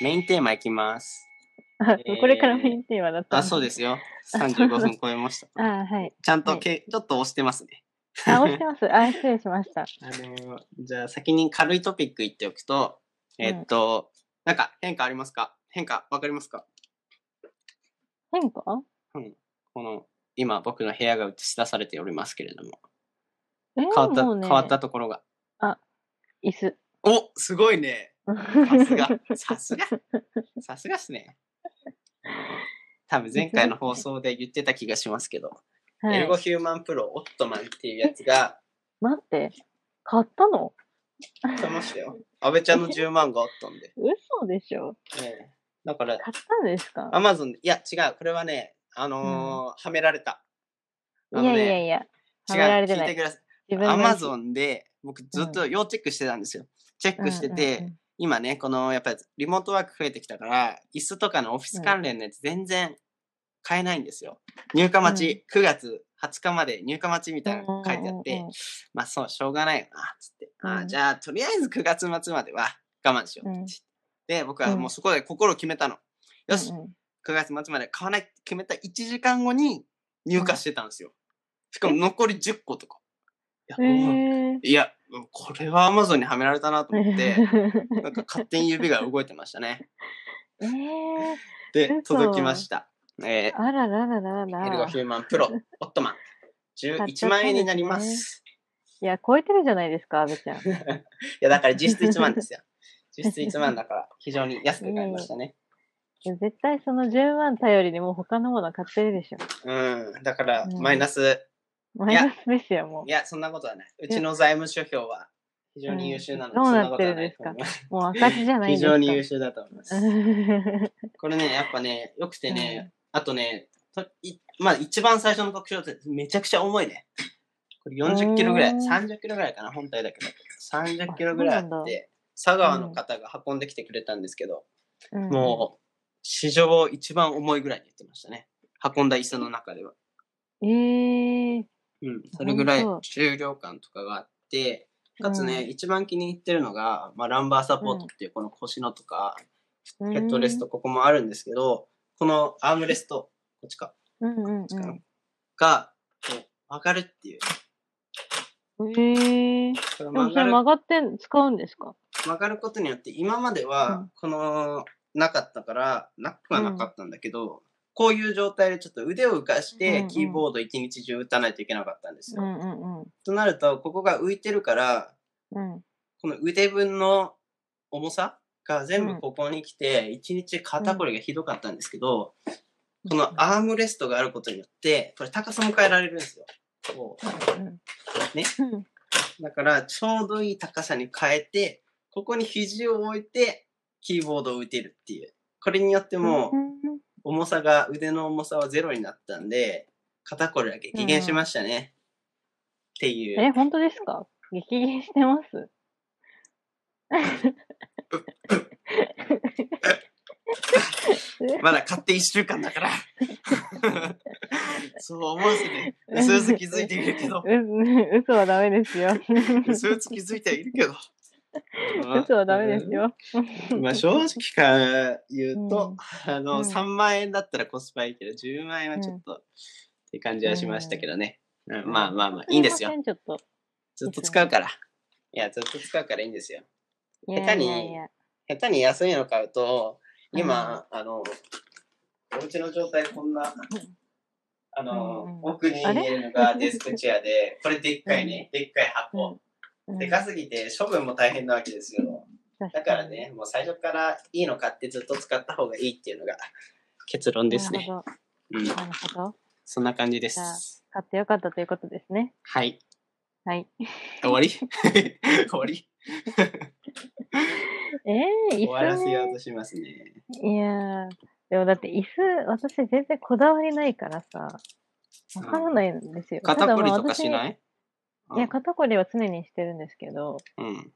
[SPEAKER 1] メインテーマいきます。
[SPEAKER 2] あ
[SPEAKER 1] えー
[SPEAKER 2] これからメインテーマだった。
[SPEAKER 1] あ、そうですすよ。35分超えました。
[SPEAKER 2] あーはい。
[SPEAKER 1] ちゃん
[SPEAKER 2] は
[SPEAKER 1] と
[SPEAKER 2] い
[SPEAKER 1] け、ちょっと押してますね。
[SPEAKER 2] あ、押してます。あ、失礼しました。
[SPEAKER 1] あのーじゃあ先に軽いトピック言っておくと、えっと、なんか変化ありますか変化わかりますか
[SPEAKER 2] 変化
[SPEAKER 1] この、今僕の部屋が映し出されておりますけれども、
[SPEAKER 2] えー
[SPEAKER 1] 変わった、
[SPEAKER 2] もうね
[SPEAKER 1] 変わったところが。
[SPEAKER 2] 椅子。
[SPEAKER 1] おすごいねさすがさすがさすがっすね。多分前回の放送で言ってた気がしますけど、
[SPEAKER 2] *laughs* は
[SPEAKER 1] エルゴ
[SPEAKER 2] い。
[SPEAKER 1] ヒューマンプロオットマンっていうやつが
[SPEAKER 2] 待って。買ったの
[SPEAKER 1] 来てましたよ。安倍ち
[SPEAKER 2] *laughs*
[SPEAKER 1] ゃんの10万があったんで。
[SPEAKER 2] 嘘でしょ
[SPEAKER 1] ええだから、
[SPEAKER 2] 買ったんですか
[SPEAKER 1] アマゾンで、いや違う、これはね、あのーはめられた。あ
[SPEAKER 2] い
[SPEAKER 1] の
[SPEAKER 2] や
[SPEAKER 1] ね
[SPEAKER 2] いやいや。
[SPEAKER 1] 違う
[SPEAKER 2] はめられてな
[SPEAKER 1] 聞いてく
[SPEAKER 2] い。
[SPEAKER 1] ださい。
[SPEAKER 2] 自
[SPEAKER 1] ア
[SPEAKER 2] 分
[SPEAKER 1] マ
[SPEAKER 2] ン
[SPEAKER 1] ゾンで僕ずっと要チェックしてたんですよ。チェックしてて、
[SPEAKER 2] うんうんうん
[SPEAKER 1] 今ね、このやっぱりリモートワーク増えてきたから、椅子とかのオフィス関連のやつ全然買えないんですよ。入荷待ち、9月20日まで入荷待ちみたいなの書いてあって、
[SPEAKER 2] うんうんうん
[SPEAKER 1] まあそう、しょうがないよな、つって。あ
[SPEAKER 2] う
[SPEAKER 1] ー
[SPEAKER 2] ん
[SPEAKER 1] じゃあ、とりあえず9月末までは我慢しよう、
[SPEAKER 2] うん
[SPEAKER 1] つって。で、僕はもうそこで心を決めたの。よし、
[SPEAKER 2] うん
[SPEAKER 1] 9月末まで買わないって決めた1時間後に入荷してたんですよ。しかも残り10個とか。い
[SPEAKER 2] うん
[SPEAKER 1] やおい
[SPEAKER 2] へー
[SPEAKER 1] いや、これは Amazon にはめられたなと思って、なんか勝手に指が動いてましたね。
[SPEAKER 2] *laughs* えー、
[SPEAKER 1] で
[SPEAKER 2] *laughs* 嘘、
[SPEAKER 1] 届きました。え
[SPEAKER 2] あらららら
[SPEAKER 1] ー、エルゴ
[SPEAKER 2] ら。
[SPEAKER 1] ヒューマンプロ、オットマン、11万円になります。
[SPEAKER 2] いや、超えてるじゃないですか、阿部ちゃん。
[SPEAKER 1] *laughs* いや、だから実質1万です
[SPEAKER 2] *laughs*
[SPEAKER 1] よ。実質1万だから、非常に安く買いましたね。
[SPEAKER 2] いや絶対その10万頼りにもう他のもの買ってるでしょ。
[SPEAKER 1] うん、だから、
[SPEAKER 2] うん
[SPEAKER 1] マイナス、
[SPEAKER 2] マイナスですよ、も
[SPEAKER 1] いや、そんなことはない。うちの財務諸表は非常に優秀なので、
[SPEAKER 2] うん
[SPEAKER 1] そんなことはないと思います。
[SPEAKER 2] う。もう赤字じゃないで
[SPEAKER 1] 非
[SPEAKER 2] すか。
[SPEAKER 1] 常に優秀だと思います。
[SPEAKER 2] *laughs* うん
[SPEAKER 1] これね、やっぱね、よくてね、あとね、といまあ一番最初の特徴ってめちゃくちゃ重いね。これ40キロぐらい、
[SPEAKER 2] へー
[SPEAKER 1] 30キロぐらいかな、本体だけど。30キロぐらいあ
[SPEAKER 2] あそうな
[SPEAKER 1] っ
[SPEAKER 2] んだ
[SPEAKER 1] て、佐川の方が運んできてくれたんですけど、
[SPEAKER 2] うん
[SPEAKER 1] もう、史上一番重いぐらいに言ってましたね。運んだ椅子の中では。
[SPEAKER 2] えー、
[SPEAKER 1] うん、それぐらい
[SPEAKER 2] 本当
[SPEAKER 1] 重量感とかがあって、かつね、
[SPEAKER 2] うん
[SPEAKER 1] 一番気に入ってるのが、まあ、ランバーサポートっていうこの腰のとか、
[SPEAKER 2] うん
[SPEAKER 1] ヘッドレスト、ここもあるんですけど、このアームレスト、こっちか、
[SPEAKER 2] うんう
[SPEAKER 1] こ
[SPEAKER 2] ん
[SPEAKER 1] っちかな、が、こう曲がるっていう。
[SPEAKER 2] うん。えー、で
[SPEAKER 1] これ
[SPEAKER 2] も
[SPEAKER 1] 曲
[SPEAKER 2] そ
[SPEAKER 1] が
[SPEAKER 2] れ
[SPEAKER 1] る
[SPEAKER 2] 曲がって使うんですか
[SPEAKER 1] 曲がることによって、今まで
[SPEAKER 2] う
[SPEAKER 1] は
[SPEAKER 2] ん、
[SPEAKER 1] この、なかったから、なくはなかったんだけど、こういう状態でちょっと腕を浮かし
[SPEAKER 2] うん
[SPEAKER 1] て
[SPEAKER 2] う、ん
[SPEAKER 1] キーボード一日中打たないといけなかったんです
[SPEAKER 2] う
[SPEAKER 1] よ。
[SPEAKER 2] んうんうん。
[SPEAKER 1] となると、ここが浮いてるから、
[SPEAKER 2] うん、
[SPEAKER 1] この腕分の重さが全部ここに来て、一日肩こりがひどかったんですけど、このアームレストがあることによって、これ高さも変えられるんですよ。こ
[SPEAKER 2] うん
[SPEAKER 1] ね
[SPEAKER 2] うん
[SPEAKER 1] うだから、ちょうどいい高さに変えて、ここに肘を置いて、キーボードを打てるっていう。これによっても、
[SPEAKER 2] うん
[SPEAKER 1] 重さが、腕の重さはゼロになったんで、肩こりが激減しましたね。っていう。
[SPEAKER 2] え、本当ですか激減してます
[SPEAKER 1] まだ買って1週間だ
[SPEAKER 2] *laughs*
[SPEAKER 1] から。そう思わせて、うすうす気づいているけど、
[SPEAKER 2] *laughs* う、嘘はダメですよ。
[SPEAKER 1] うすうす気づいてはいるけど。
[SPEAKER 2] *laughs* 嘘はダメですよ。
[SPEAKER 1] うん。まあ正直から言うと、あ
[SPEAKER 2] う
[SPEAKER 1] の、
[SPEAKER 2] ん
[SPEAKER 1] 3万円だったらコスパいいけど、10万円はちょっと、って感じはしましたけどね。うん、まあまあまあ、いいんですよ
[SPEAKER 2] す。ませんちょっと。
[SPEAKER 1] ずっと使うから。いや、ずっと使うからいいんですよ。
[SPEAKER 2] いやい
[SPEAKER 1] 下手に
[SPEAKER 2] やいや。
[SPEAKER 1] 下手に安いの買うと、今、あの、お家の状態こんな、あの、
[SPEAKER 2] うんうん
[SPEAKER 1] 奥に見えるのがデスクチェアで、これでっかいね、でっかい箱。
[SPEAKER 2] うん
[SPEAKER 1] でかすぎて処分も大変なわけですよ。だから。ね、もう最初からいいの買ってずっと使った方がいいっていうのが結論
[SPEAKER 2] うん
[SPEAKER 1] ですね。。うん
[SPEAKER 2] なるほど。なるほど。
[SPEAKER 1] そんな感じで
[SPEAKER 2] じゃあ
[SPEAKER 1] す。
[SPEAKER 2] 買ってよかったということですね。
[SPEAKER 1] はい。
[SPEAKER 2] はい。
[SPEAKER 1] 終わり *laughs* 終わり
[SPEAKER 2] えー、椅
[SPEAKER 1] 終わらせよう
[SPEAKER 2] 子
[SPEAKER 1] としますね。
[SPEAKER 2] ね。いやー。でもだって椅子、私全然こだわりないからさ、わからないんですよ。
[SPEAKER 1] 肩こりとかし
[SPEAKER 2] い
[SPEAKER 1] ない
[SPEAKER 2] いや、肩こりは常にしてるんですけど、
[SPEAKER 1] うん。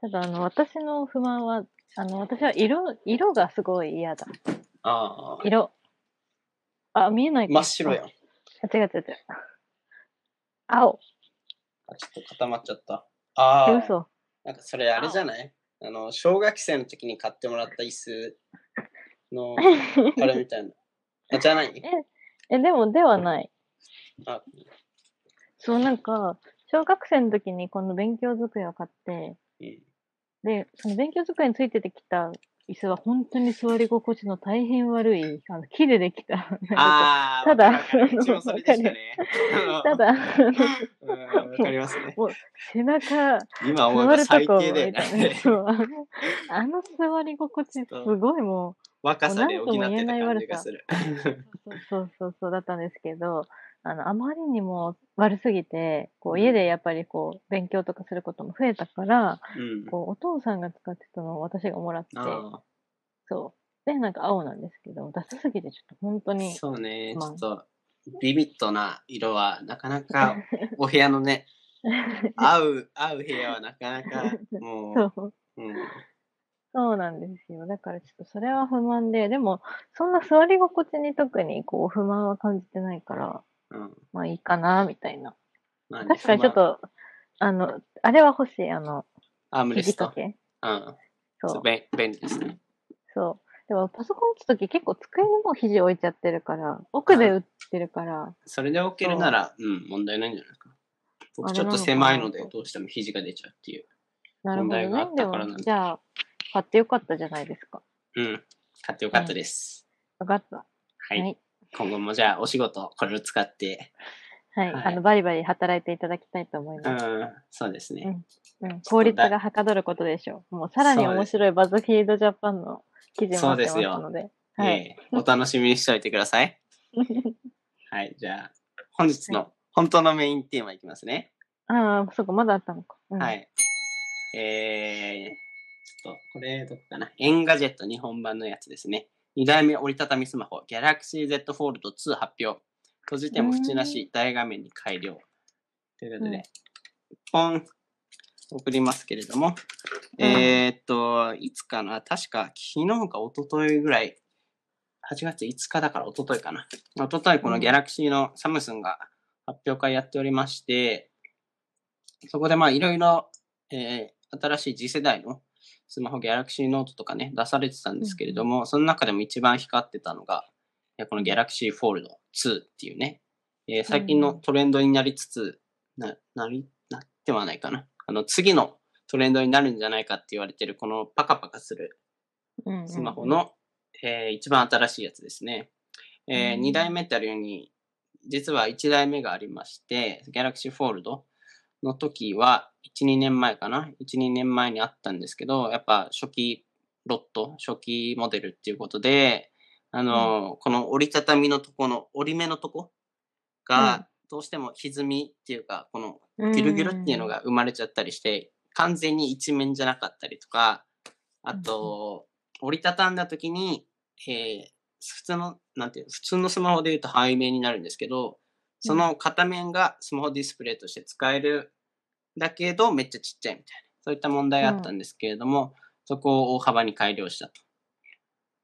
[SPEAKER 2] ただあの、私の不満は、あの、私は色、色がすごい嫌だ。
[SPEAKER 1] ああ。
[SPEAKER 2] 色。あ、見えないか
[SPEAKER 1] 真っ白やん。あ
[SPEAKER 2] あ違う違う違う。青。
[SPEAKER 1] ちょっと固まっちゃった。ああ。
[SPEAKER 2] え、嘘。
[SPEAKER 1] なんかそれあれじゃないあの、小学生の時に買ってもらった椅子 *laughs* の、あれみたいな。あ、じゃない
[SPEAKER 2] え、でも、ではない。
[SPEAKER 1] あ、
[SPEAKER 2] そう、なんか、小学生の時にこの勉強机を買って、
[SPEAKER 1] うん。
[SPEAKER 2] で、その勉強机についててきた椅子は本当に座り心地の大変悪い、あの木でできた。 *laughs* なんか
[SPEAKER 1] あー、
[SPEAKER 2] ただ
[SPEAKER 1] わかるわかるうちもそれでしたね。
[SPEAKER 2] ただ、あの
[SPEAKER 1] うん、わかります
[SPEAKER 2] *laughs*
[SPEAKER 1] ね。
[SPEAKER 2] 背中、
[SPEAKER 1] 今思え
[SPEAKER 2] 座
[SPEAKER 1] ば
[SPEAKER 2] ると
[SPEAKER 1] 最
[SPEAKER 2] こ、
[SPEAKER 1] 低だよ
[SPEAKER 2] みたいな。
[SPEAKER 1] ね。
[SPEAKER 2] そうあの *laughs* あの座り心地、すごいもう、
[SPEAKER 1] 若さで補ってた感じがする。
[SPEAKER 2] そうそうそうそうだったんですけど、あの、あまりにも悪すぎて、
[SPEAKER 1] う
[SPEAKER 2] こう、
[SPEAKER 1] ん
[SPEAKER 2] 家でやっぱりこう、勉強とかすることも増えたから、
[SPEAKER 1] うん。
[SPEAKER 2] こう、お父さんが使ってたのを私がもらって、
[SPEAKER 1] あ
[SPEAKER 2] そう。で、なんか青なんですけど、ダサすぎてちょっと本当
[SPEAKER 1] ー
[SPEAKER 2] に、
[SPEAKER 1] そうね、ちょ
[SPEAKER 2] まあ
[SPEAKER 1] っと、ビビッドな色は、なかなかお部屋のね、会う、会う部屋はなかなか、もう、
[SPEAKER 2] *laughs* そう。
[SPEAKER 1] うん、
[SPEAKER 2] そうなんですよ。だからちょっとそれは不満で、でも、そんな座り心地に特にこう不満は感じてないから、
[SPEAKER 1] うん。
[SPEAKER 2] まあいいかな、みたいな。
[SPEAKER 1] まあね
[SPEAKER 2] 確かにちょっ、と、あの、あれは欲しい、あの、
[SPEAKER 1] まあアームレ
[SPEAKER 2] 肘
[SPEAKER 1] スト
[SPEAKER 2] 掛。け。
[SPEAKER 1] うん。
[SPEAKER 2] そ
[SPEAKER 1] そうう。便便利ですね。
[SPEAKER 2] そう。でもパソコン打つとき結構机にもう肘置いちゃってるから、奥で打ってるから、
[SPEAKER 1] それで置けるなら、うん、問題ないんじゃないですか。僕
[SPEAKER 2] あれ
[SPEAKER 1] ちょっ
[SPEAKER 2] な
[SPEAKER 1] と
[SPEAKER 2] のかな
[SPEAKER 1] 狭いので、どうしても肘が出ちゃうっていう。
[SPEAKER 2] なるほどね
[SPEAKER 1] 問題があっ。
[SPEAKER 2] で
[SPEAKER 1] たからなん
[SPEAKER 2] も、
[SPEAKER 1] だ
[SPEAKER 2] じゃあ、買ってよかったじゃないですか。
[SPEAKER 1] うん。買ってよかったです。
[SPEAKER 2] よかった。
[SPEAKER 1] はい。
[SPEAKER 2] はい。
[SPEAKER 1] 今後もじゃあ、お仕事、これを使って、
[SPEAKER 2] はい。
[SPEAKER 1] はい
[SPEAKER 2] あの、バリバリ働いていただきたいと思いうます。
[SPEAKER 1] ん、そうですね。
[SPEAKER 2] うん。効率がはかどることでしょう。もう、さらに面白いバズフィードジャパンの記事も
[SPEAKER 1] そう
[SPEAKER 2] 待
[SPEAKER 1] で
[SPEAKER 2] って
[SPEAKER 1] すよ
[SPEAKER 2] ますので。はい。
[SPEAKER 1] ええお楽しみにしておいてください。はい、じゃあ、本日の本当のメインテーマいきますね。
[SPEAKER 2] *laughs* ああ、そうか、まだあったのか。うん
[SPEAKER 1] は。い。えー、ちょっと、これ、どこかな。エンガジェット日本版のやつですね。2代目折りたたみスマホ、Galaxy Z Fold 2発表。閉じても縁なし、大画面に改良。ということ
[SPEAKER 2] うん
[SPEAKER 1] で、ポン、送りますけれども、
[SPEAKER 2] うん
[SPEAKER 1] えーっと、いつかな確か、昨日か一昨日ぐらい、8月5日だから一昨日かな。一昨日こ
[SPEAKER 2] う
[SPEAKER 1] の
[SPEAKER 2] ん
[SPEAKER 1] Galaxy のサムスンが発表会やっておりまして、そこでまあいろいろ、えー新しい次世代のスマホ Galaxy Note とかね、出されてたんですけれども、その中でも一番光ってたのが、いやこの Galaxy Fold 2っていうね、えー最近のトレンドになりつつ、な、なり、なってはないかな。あの、次のトレンドになるんじゃないかって言われてる、このパカパカする
[SPEAKER 2] うんうん
[SPEAKER 1] スマホ。の、えー一番新しいやつですね。え
[SPEAKER 2] うん
[SPEAKER 1] 2代目ってあるように、実は1代目がありまして、Galaxy Fold の時は、1、2年前かな ?1、2年前にあったんですけど、やっぱ初期ロット、初期モデルっていうことで、あのーこの折りたたみのとこの、折り目のとこ
[SPEAKER 2] うん
[SPEAKER 1] が、どうしても歪みっていうか、このギュルギュルっていうのが生まれちゃったりして、完全に一面じゃなかったりとか、あと、折りたたんだ時に、えー普通の、なんていうの普通のスマホで言うと背面になるんですけど、その片面がスマホディスプレイとして使えるだけど、めっちゃちっちゃいみたいな、そういった問題があったんですけれども、そこを大幅に改良したと。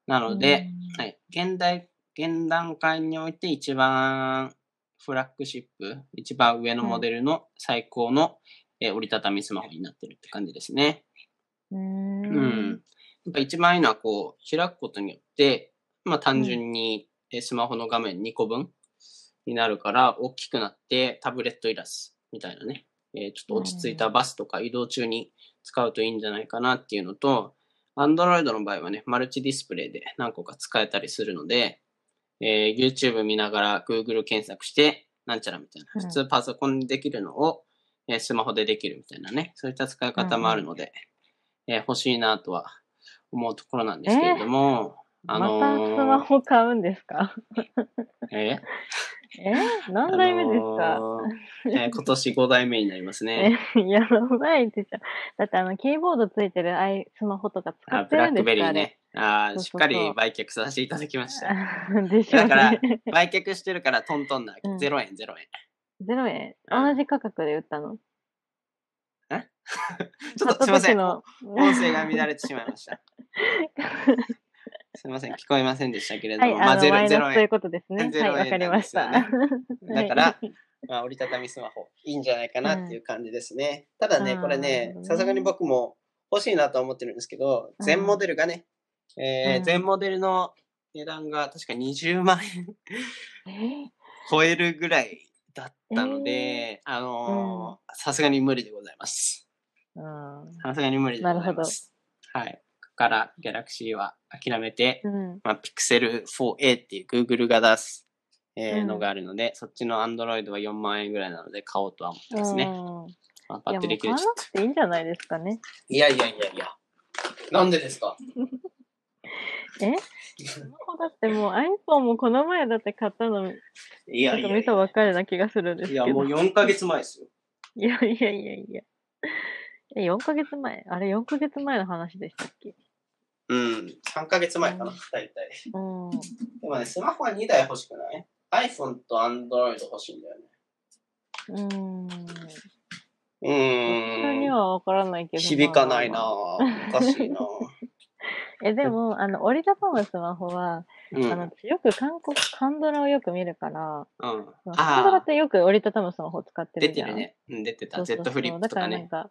[SPEAKER 1] な
[SPEAKER 2] うん
[SPEAKER 1] ので、、はい、現代、現段階において一番フラッグシップ、一番上のモデルの最高の、えー折りたたみスマホになってるって感じですね。
[SPEAKER 2] う
[SPEAKER 1] うんん。。やっぱ一番いいのはこう、開くことによって、まあ単純にえースマホの画面2個分になるから大きくなってタブレットいらずみたいなね。えーちょっと落ち着いたバスとか移動中に使うといいんじゃないかなっていうのと、Android の場合はね、マルチディスプレイで何個か使えたりするので、えー YouTube 見ながら Google 検索して、なんちゃらみたいな。
[SPEAKER 2] うん
[SPEAKER 1] 普通パソコンでできるのを、えースマホでできるみたいなね。そういった使い方もあるので、えー欲しいなとは思うところなんですけれども、あ
[SPEAKER 2] ま
[SPEAKER 1] の
[SPEAKER 2] たスマ
[SPEAKER 1] ー
[SPEAKER 2] ホ買うんですか
[SPEAKER 1] *laughs* え
[SPEAKER 2] え何代目です
[SPEAKER 1] あ
[SPEAKER 2] か
[SPEAKER 1] のー
[SPEAKER 2] *laughs*
[SPEAKER 1] えー今年5代目になりますね。
[SPEAKER 2] え、やば *laughs* いでしょ。だってあの、キーボードついてるアイスマホとか使
[SPEAKER 1] あ
[SPEAKER 2] って
[SPEAKER 1] ブ
[SPEAKER 2] る
[SPEAKER 1] ラ
[SPEAKER 2] ん
[SPEAKER 1] ッ
[SPEAKER 2] で
[SPEAKER 1] ク
[SPEAKER 2] すか
[SPEAKER 1] ベリーね。あー
[SPEAKER 2] そうそう
[SPEAKER 1] し
[SPEAKER 2] そ
[SPEAKER 1] っ
[SPEAKER 2] う
[SPEAKER 1] かり売却させていただきました。
[SPEAKER 2] あ
[SPEAKER 1] *laughs*
[SPEAKER 2] れ *laughs* でしょう
[SPEAKER 1] だから
[SPEAKER 2] ね。
[SPEAKER 1] 売却してるからトントンな
[SPEAKER 2] うん
[SPEAKER 1] 0円0円。
[SPEAKER 2] *laughs* 0円。
[SPEAKER 1] う
[SPEAKER 2] 同
[SPEAKER 1] ん
[SPEAKER 2] じ価格で売ったの。
[SPEAKER 1] ちょっとすいません。音
[SPEAKER 2] 買った時の
[SPEAKER 1] 声が乱れてしまいま
[SPEAKER 2] *laughs*
[SPEAKER 1] した。すいません、聞こえませんでしたけれど
[SPEAKER 2] は
[SPEAKER 1] も、
[SPEAKER 2] い、
[SPEAKER 1] ま
[SPEAKER 2] あ
[SPEAKER 1] あ
[SPEAKER 2] の、マ
[SPEAKER 1] 0
[SPEAKER 2] イ
[SPEAKER 1] 円
[SPEAKER 2] ナスと
[SPEAKER 1] 0
[SPEAKER 2] いう
[SPEAKER 1] 円。
[SPEAKER 2] ことですね。
[SPEAKER 1] 0
[SPEAKER 2] はい、わかりました。
[SPEAKER 1] なんです *laughs* だから
[SPEAKER 2] はい、
[SPEAKER 1] まあ、折りたたみスマホ、いいんじゃないかなっていう感じですね。ただ
[SPEAKER 2] う
[SPEAKER 1] ね、
[SPEAKER 2] ん
[SPEAKER 1] これね
[SPEAKER 2] う、ん
[SPEAKER 1] さすがに僕も欲しいなと思ってるんですけど、
[SPEAKER 2] うん
[SPEAKER 1] 全モデルがね、え
[SPEAKER 2] う
[SPEAKER 1] ー
[SPEAKER 2] ん
[SPEAKER 1] 全モデルの値段が確か20万円
[SPEAKER 2] *laughs* えー
[SPEAKER 1] 超えるぐらいだったので、あのーさすがに無理でございます。
[SPEAKER 2] う
[SPEAKER 1] さすがに無理でございます。はい。だから、Galaxy は諦めて、
[SPEAKER 2] ん。うん
[SPEAKER 1] まあ、Pixel 4a っていう Google が出す、えー
[SPEAKER 2] うん
[SPEAKER 1] のがあるので、そっちの Android は4万円ぐらいなので買おうとは思ってます
[SPEAKER 2] うん
[SPEAKER 1] ね。まあ、バ
[SPEAKER 2] いや、
[SPEAKER 1] ッテ
[SPEAKER 2] も
[SPEAKER 1] リー
[SPEAKER 2] う
[SPEAKER 1] 切
[SPEAKER 2] 買
[SPEAKER 1] れ
[SPEAKER 2] わ
[SPEAKER 1] ちゃっ
[SPEAKER 2] なくていいんじゃないですかね。
[SPEAKER 1] た。いやいやいやいや。なんでですか
[SPEAKER 2] えスマホだってもう iPhone もこの前だって買ったの、ち
[SPEAKER 1] いや
[SPEAKER 2] ょっ
[SPEAKER 1] い
[SPEAKER 2] と
[SPEAKER 1] や
[SPEAKER 2] 見
[SPEAKER 1] い
[SPEAKER 2] たば
[SPEAKER 1] や
[SPEAKER 2] っ。かりな気がするんです
[SPEAKER 1] い
[SPEAKER 2] けど。
[SPEAKER 1] や、もう4ヶ月前ですよ。
[SPEAKER 2] いやいやいやいや。え、4ヶ月前あれ4ヶ月前の話でしたっけ
[SPEAKER 1] うん。3ヶ月前かな、
[SPEAKER 2] うん
[SPEAKER 1] 大体。
[SPEAKER 2] うん。
[SPEAKER 1] でもね、スマホは2台欲しくない ?iPhone と Android 欲しいんだよね。
[SPEAKER 2] うーん。
[SPEAKER 1] う
[SPEAKER 2] 人
[SPEAKER 1] ーん。
[SPEAKER 2] にはわからないけど。
[SPEAKER 1] 響かない
[SPEAKER 2] ま
[SPEAKER 1] な
[SPEAKER 2] あまあ
[SPEAKER 1] おかし *laughs* いな
[SPEAKER 2] まあえ、でも、あの、折りたたむスマホは、
[SPEAKER 1] うん。う
[SPEAKER 2] あ
[SPEAKER 1] ん。
[SPEAKER 2] の、よく韓国、カンドラをよく見るから、
[SPEAKER 1] あ
[SPEAKER 2] カンド
[SPEAKER 1] あ
[SPEAKER 2] ラってよく折りたたむスマホ使って
[SPEAKER 1] 出
[SPEAKER 2] るじ
[SPEAKER 1] て
[SPEAKER 2] ゃん。
[SPEAKER 1] るね。うん、出て
[SPEAKER 2] そ
[SPEAKER 1] た。
[SPEAKER 2] うそうそう。
[SPEAKER 1] Z フリップとかね
[SPEAKER 2] だ。からなんか、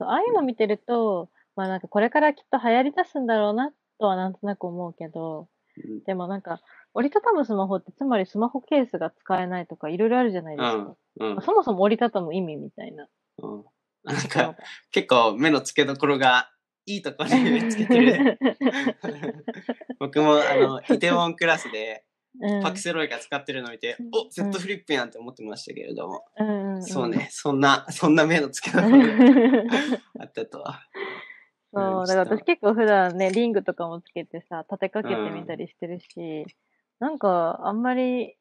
[SPEAKER 2] そう、ああいうの見てると、まあなんかこれからきっと流行り出すんだろうなとはなんとなく思うけど、
[SPEAKER 1] うん
[SPEAKER 2] でもなんか、折りたたむスマホってつまりスマホケースが使えないとかいろいろあるじゃないですか。
[SPEAKER 1] うん
[SPEAKER 2] まあ。そもそも折りたたむ意味みた
[SPEAKER 1] *laughs*
[SPEAKER 2] いな。
[SPEAKER 1] うん。なんか、結構目の付けどころがいいところに見つけてる *laughs* ね。僕も、あの、イテウォンクラスで、
[SPEAKER 2] うん
[SPEAKER 1] パクセロイが使ってるのを見て、
[SPEAKER 2] うん
[SPEAKER 1] お Z フリップやんって思ってましたけれども、
[SPEAKER 2] うんうんん
[SPEAKER 1] そう
[SPEAKER 2] *laughs*
[SPEAKER 1] ね、そんな、 *laughs* そんな目の付けどころがあったとは。
[SPEAKER 2] そうう、
[SPEAKER 1] ん
[SPEAKER 2] だから
[SPEAKER 1] ちょっ
[SPEAKER 2] 私
[SPEAKER 1] と
[SPEAKER 2] 結構普段ね、リングとかもつけてさ、立てかけてみたりしてるし、なんかあんまり、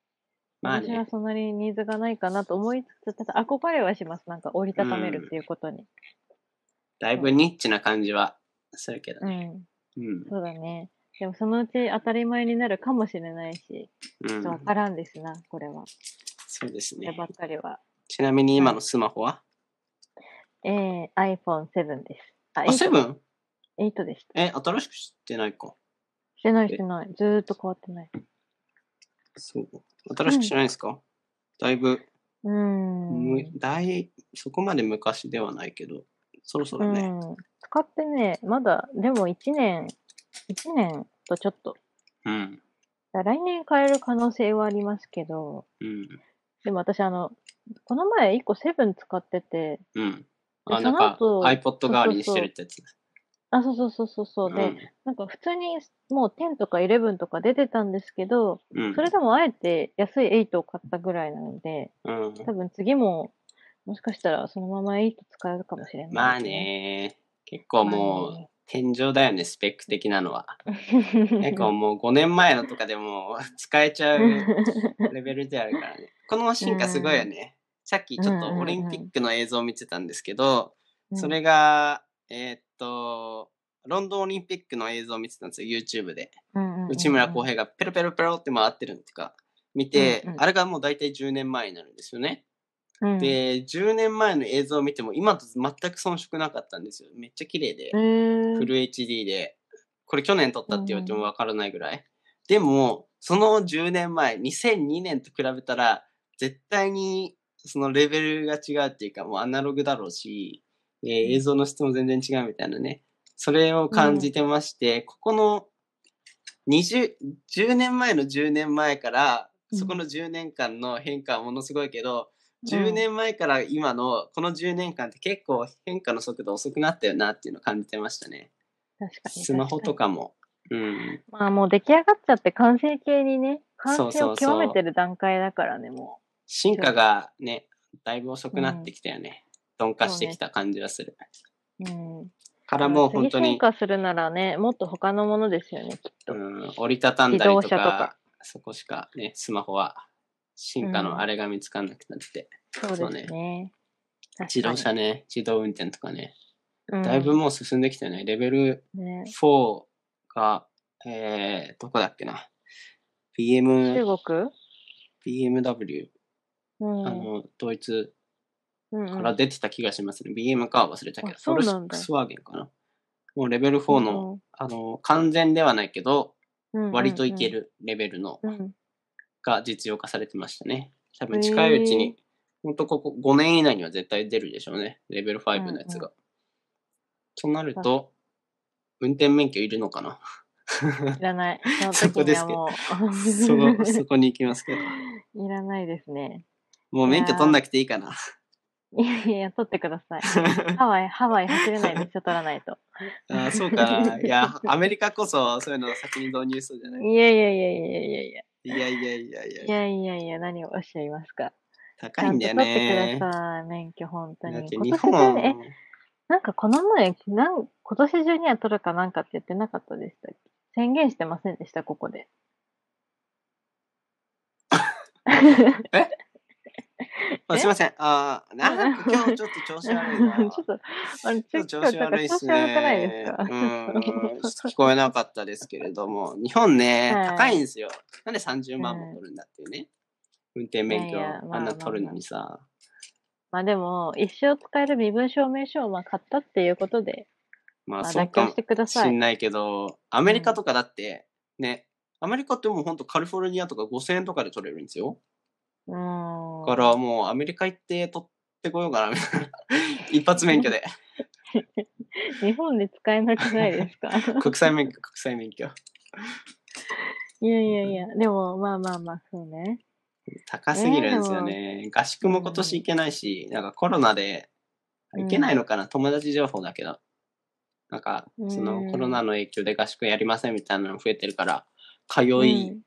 [SPEAKER 1] まあ
[SPEAKER 2] 私は
[SPEAKER 1] ね、
[SPEAKER 2] そんなにニーズがないかなと思いつつ、ただ憧れはします。なんか折りたためるっていうことに。
[SPEAKER 1] だいぶニッチな感じはするけど
[SPEAKER 2] うん、
[SPEAKER 1] ね。うん。
[SPEAKER 2] そうだね。でもそのうち当たり前になるかもしれないし、
[SPEAKER 1] う
[SPEAKER 2] ちょっ
[SPEAKER 1] ん
[SPEAKER 2] とわ。からんですな、これは。
[SPEAKER 1] そうです
[SPEAKER 2] これ
[SPEAKER 1] ね
[SPEAKER 2] ば。っかりは。
[SPEAKER 1] ちなみに今のスマホは
[SPEAKER 2] えー、iPhone7 です。あ、
[SPEAKER 1] あ、セブン
[SPEAKER 2] 8, 8でした。
[SPEAKER 1] え、新しくしてないか。
[SPEAKER 2] してないしてない。ずーっと変わってない。
[SPEAKER 1] そう。新しくしてないですかだいぶ、
[SPEAKER 2] うーん。
[SPEAKER 1] むだい、そこまで昔ではないけど、そろそろね。
[SPEAKER 2] うん、使ってね、まだ、でも1年、1年とちょっと。
[SPEAKER 1] うん。
[SPEAKER 2] だから来年変える可能性はありますけど、
[SPEAKER 1] うん。
[SPEAKER 2] でも私、あの、この前1個セブン使ってて、
[SPEAKER 1] うん。あ、
[SPEAKER 2] で
[SPEAKER 1] なんか
[SPEAKER 2] その後
[SPEAKER 1] iPod 代わりにしてるってやつね。
[SPEAKER 2] あ、そうそうそうそうそう、で、なんか普通にもう10とか11とか出てたんですけど、
[SPEAKER 1] うん。うん
[SPEAKER 2] それでもあえて安い8を買ったぐらいなので、
[SPEAKER 1] うん。
[SPEAKER 2] 多分次も、もしかしたらそのまま8使えるかもしれない、
[SPEAKER 1] まあ。ね、結構もう、天井だよね、スペック的なのは。
[SPEAKER 2] *laughs* う
[SPEAKER 1] 結構もう5年前のとかでもう *laughs* 使えちゃうレベルであるから
[SPEAKER 2] *laughs*
[SPEAKER 1] ね。この進化すごいよね。さっきちょっとオリンピックの映像を見てたんですけど、それが、えーっと、ロンドンオリンピックの映像を見てたんですよ、YouTube で。内村航
[SPEAKER 2] 平。
[SPEAKER 1] 平がペロペロペロって回ってるのとか見て、
[SPEAKER 2] うんうん
[SPEAKER 1] あれがもう大体10年前になるんですよね。
[SPEAKER 2] うん
[SPEAKER 1] で、10年前の映像を見ても今と全く遜色なかったんですよ。めっちゃ綺麗で。
[SPEAKER 2] えー
[SPEAKER 1] フル HD で、これ去年撮ったって言われてもわからないぐらい。でも、その10年前、2002年と比べたら、絶対にそのレベルが違うっていうか、もうアナログだろうし、えー映像の質も全然違うみたいなね。それを感じてまして、ここの20、10年前の10年前から、
[SPEAKER 2] うん
[SPEAKER 1] そこの10年間の変化はものすごいけど、
[SPEAKER 2] う
[SPEAKER 1] 10
[SPEAKER 2] ん
[SPEAKER 1] 年前から今のこの10年間って結構変化の速度遅くなったよなっていうのを感じてましたね。
[SPEAKER 2] 確かに
[SPEAKER 1] スマホと
[SPEAKER 2] か
[SPEAKER 1] かも。うん。
[SPEAKER 2] に。まあもう出来上がっちゃって完成形にね、
[SPEAKER 1] そ
[SPEAKER 2] 完
[SPEAKER 1] う
[SPEAKER 2] 成
[SPEAKER 1] そ
[SPEAKER 2] を
[SPEAKER 1] うそう
[SPEAKER 2] 極めてる段階だからね、も
[SPEAKER 1] 進化がね、だいぶ遅くなってきたよね。鈍化してきた感じがする。
[SPEAKER 2] う。うん。
[SPEAKER 1] からもう
[SPEAKER 2] 次
[SPEAKER 1] 本当に
[SPEAKER 2] 進、化するならね、もっと他のものですよね、きっ
[SPEAKER 1] う
[SPEAKER 2] と。
[SPEAKER 1] ん、折りたたんだりとか
[SPEAKER 2] 自動車とか
[SPEAKER 1] そこしかね、スマホは進化
[SPEAKER 2] うん
[SPEAKER 1] のあれが見つかんなくなって、
[SPEAKER 2] そうですね。
[SPEAKER 1] 自動車
[SPEAKER 2] ね、
[SPEAKER 1] ね、自動運転とかね、
[SPEAKER 2] うん
[SPEAKER 1] だいぶもう進んできたよね。レベル
[SPEAKER 2] ね、
[SPEAKER 1] 4が、えー、どこだっけな。BM、
[SPEAKER 2] 中国
[SPEAKER 1] BMW、
[SPEAKER 2] うん。
[SPEAKER 1] あの、ドイツ
[SPEAKER 2] うんうん
[SPEAKER 1] から出てた気がしますね。BM かは忘れたけど、
[SPEAKER 2] あそう
[SPEAKER 1] フォルス
[SPEAKER 2] なん
[SPEAKER 1] ク
[SPEAKER 2] だ
[SPEAKER 1] スワーゲンかな。もうレベル4の、あの、完全ではないけど、
[SPEAKER 2] うんうん
[SPEAKER 1] 割といけ。るレベルの、
[SPEAKER 2] うんうん
[SPEAKER 1] が実用化されてましたね。多分近いうち
[SPEAKER 2] へー
[SPEAKER 1] に、ほんとここ5年以内には絶対出るでしょうね。レベル5のやつが。となると、運転免許いるのか
[SPEAKER 2] *laughs*
[SPEAKER 1] な
[SPEAKER 2] い
[SPEAKER 1] *laughs*
[SPEAKER 2] らない。そ
[SPEAKER 1] そ
[SPEAKER 2] の
[SPEAKER 1] こ
[SPEAKER 2] 時
[SPEAKER 1] です
[SPEAKER 2] に
[SPEAKER 1] け
[SPEAKER 2] は
[SPEAKER 1] ど
[SPEAKER 2] も
[SPEAKER 1] そこ、
[SPEAKER 2] う。
[SPEAKER 1] そこに行きますけど。
[SPEAKER 2] *laughs* いらないですね。
[SPEAKER 1] もう免許取んなくていいかな。
[SPEAKER 2] いやいや、取ってください。ハワイ、ハワイ走れないでしょ、取らないと。
[SPEAKER 1] あーそうかな。いや、アメリカこそそういうのを先に導入するじゃない。
[SPEAKER 2] いやいやいやいやいやいや。
[SPEAKER 1] いやいやいやいや
[SPEAKER 2] いやいやいや、何をおっしゃいますか。
[SPEAKER 1] 高いんだよ
[SPEAKER 2] ちゃんと取って
[SPEAKER 1] ね
[SPEAKER 2] く。ださい、免許、本当
[SPEAKER 1] だっ
[SPEAKER 2] に。
[SPEAKER 1] て
[SPEAKER 2] 今
[SPEAKER 1] 日
[SPEAKER 2] 年
[SPEAKER 1] 本
[SPEAKER 2] 中に、え、なんかこの前、なん今年中には取るかなんかって言ってなかったでしたっけ宣言してませんでした、ここで。
[SPEAKER 1] あすいません。あーなんか今日ちょっと調子
[SPEAKER 2] *laughs* ちょ
[SPEAKER 1] 悪いな。
[SPEAKER 2] っと、あれ、ち
[SPEAKER 1] 今日
[SPEAKER 2] ょっと
[SPEAKER 1] 調子悪いっ
[SPEAKER 2] 調
[SPEAKER 1] す
[SPEAKER 2] 子悪くないで
[SPEAKER 1] ね
[SPEAKER 2] す。か
[SPEAKER 1] うーん、聞こえなかったですけれど
[SPEAKER 2] *laughs*
[SPEAKER 1] も、日本ね、
[SPEAKER 2] はい
[SPEAKER 1] 高いんですよ。なんで30万も取るんだっていうね。運転免許
[SPEAKER 2] いやいやまあ
[SPEAKER 1] あんな取るのにさ。
[SPEAKER 2] まあでも、一生使える身分証明書をまあ買ったっていうことで、
[SPEAKER 1] ま
[SPEAKER 2] ま
[SPEAKER 1] あ、
[SPEAKER 2] あ、
[SPEAKER 1] そう
[SPEAKER 2] 妥
[SPEAKER 1] か
[SPEAKER 2] 協
[SPEAKER 1] も
[SPEAKER 2] してくださ
[SPEAKER 1] しん
[SPEAKER 2] い。
[SPEAKER 1] ないけど、アメリカとかだって、ね、アメリカってもう本当カリフォルニアとか5000円とかで取れるんですよ。
[SPEAKER 2] うーん。
[SPEAKER 1] だからもうアメリカ行って取ってこよう
[SPEAKER 2] *laughs*
[SPEAKER 1] かな、みたいな。一発免許で。
[SPEAKER 2] 日本で使えなくないですか *laughs*
[SPEAKER 1] 国際免許、国際免許。
[SPEAKER 2] いやいやいや、でも、まあまあまあ、そうね。
[SPEAKER 1] 高すぎるんですよね。合宿も今年行けないし、なんかコロナで、
[SPEAKER 2] うん
[SPEAKER 1] 行けないのかな、友達情報だけど。なんか、そ
[SPEAKER 2] うん
[SPEAKER 1] のコロナの影響で合宿やりませんみたいなの増えてるから、通
[SPEAKER 2] う
[SPEAKER 1] い
[SPEAKER 2] ん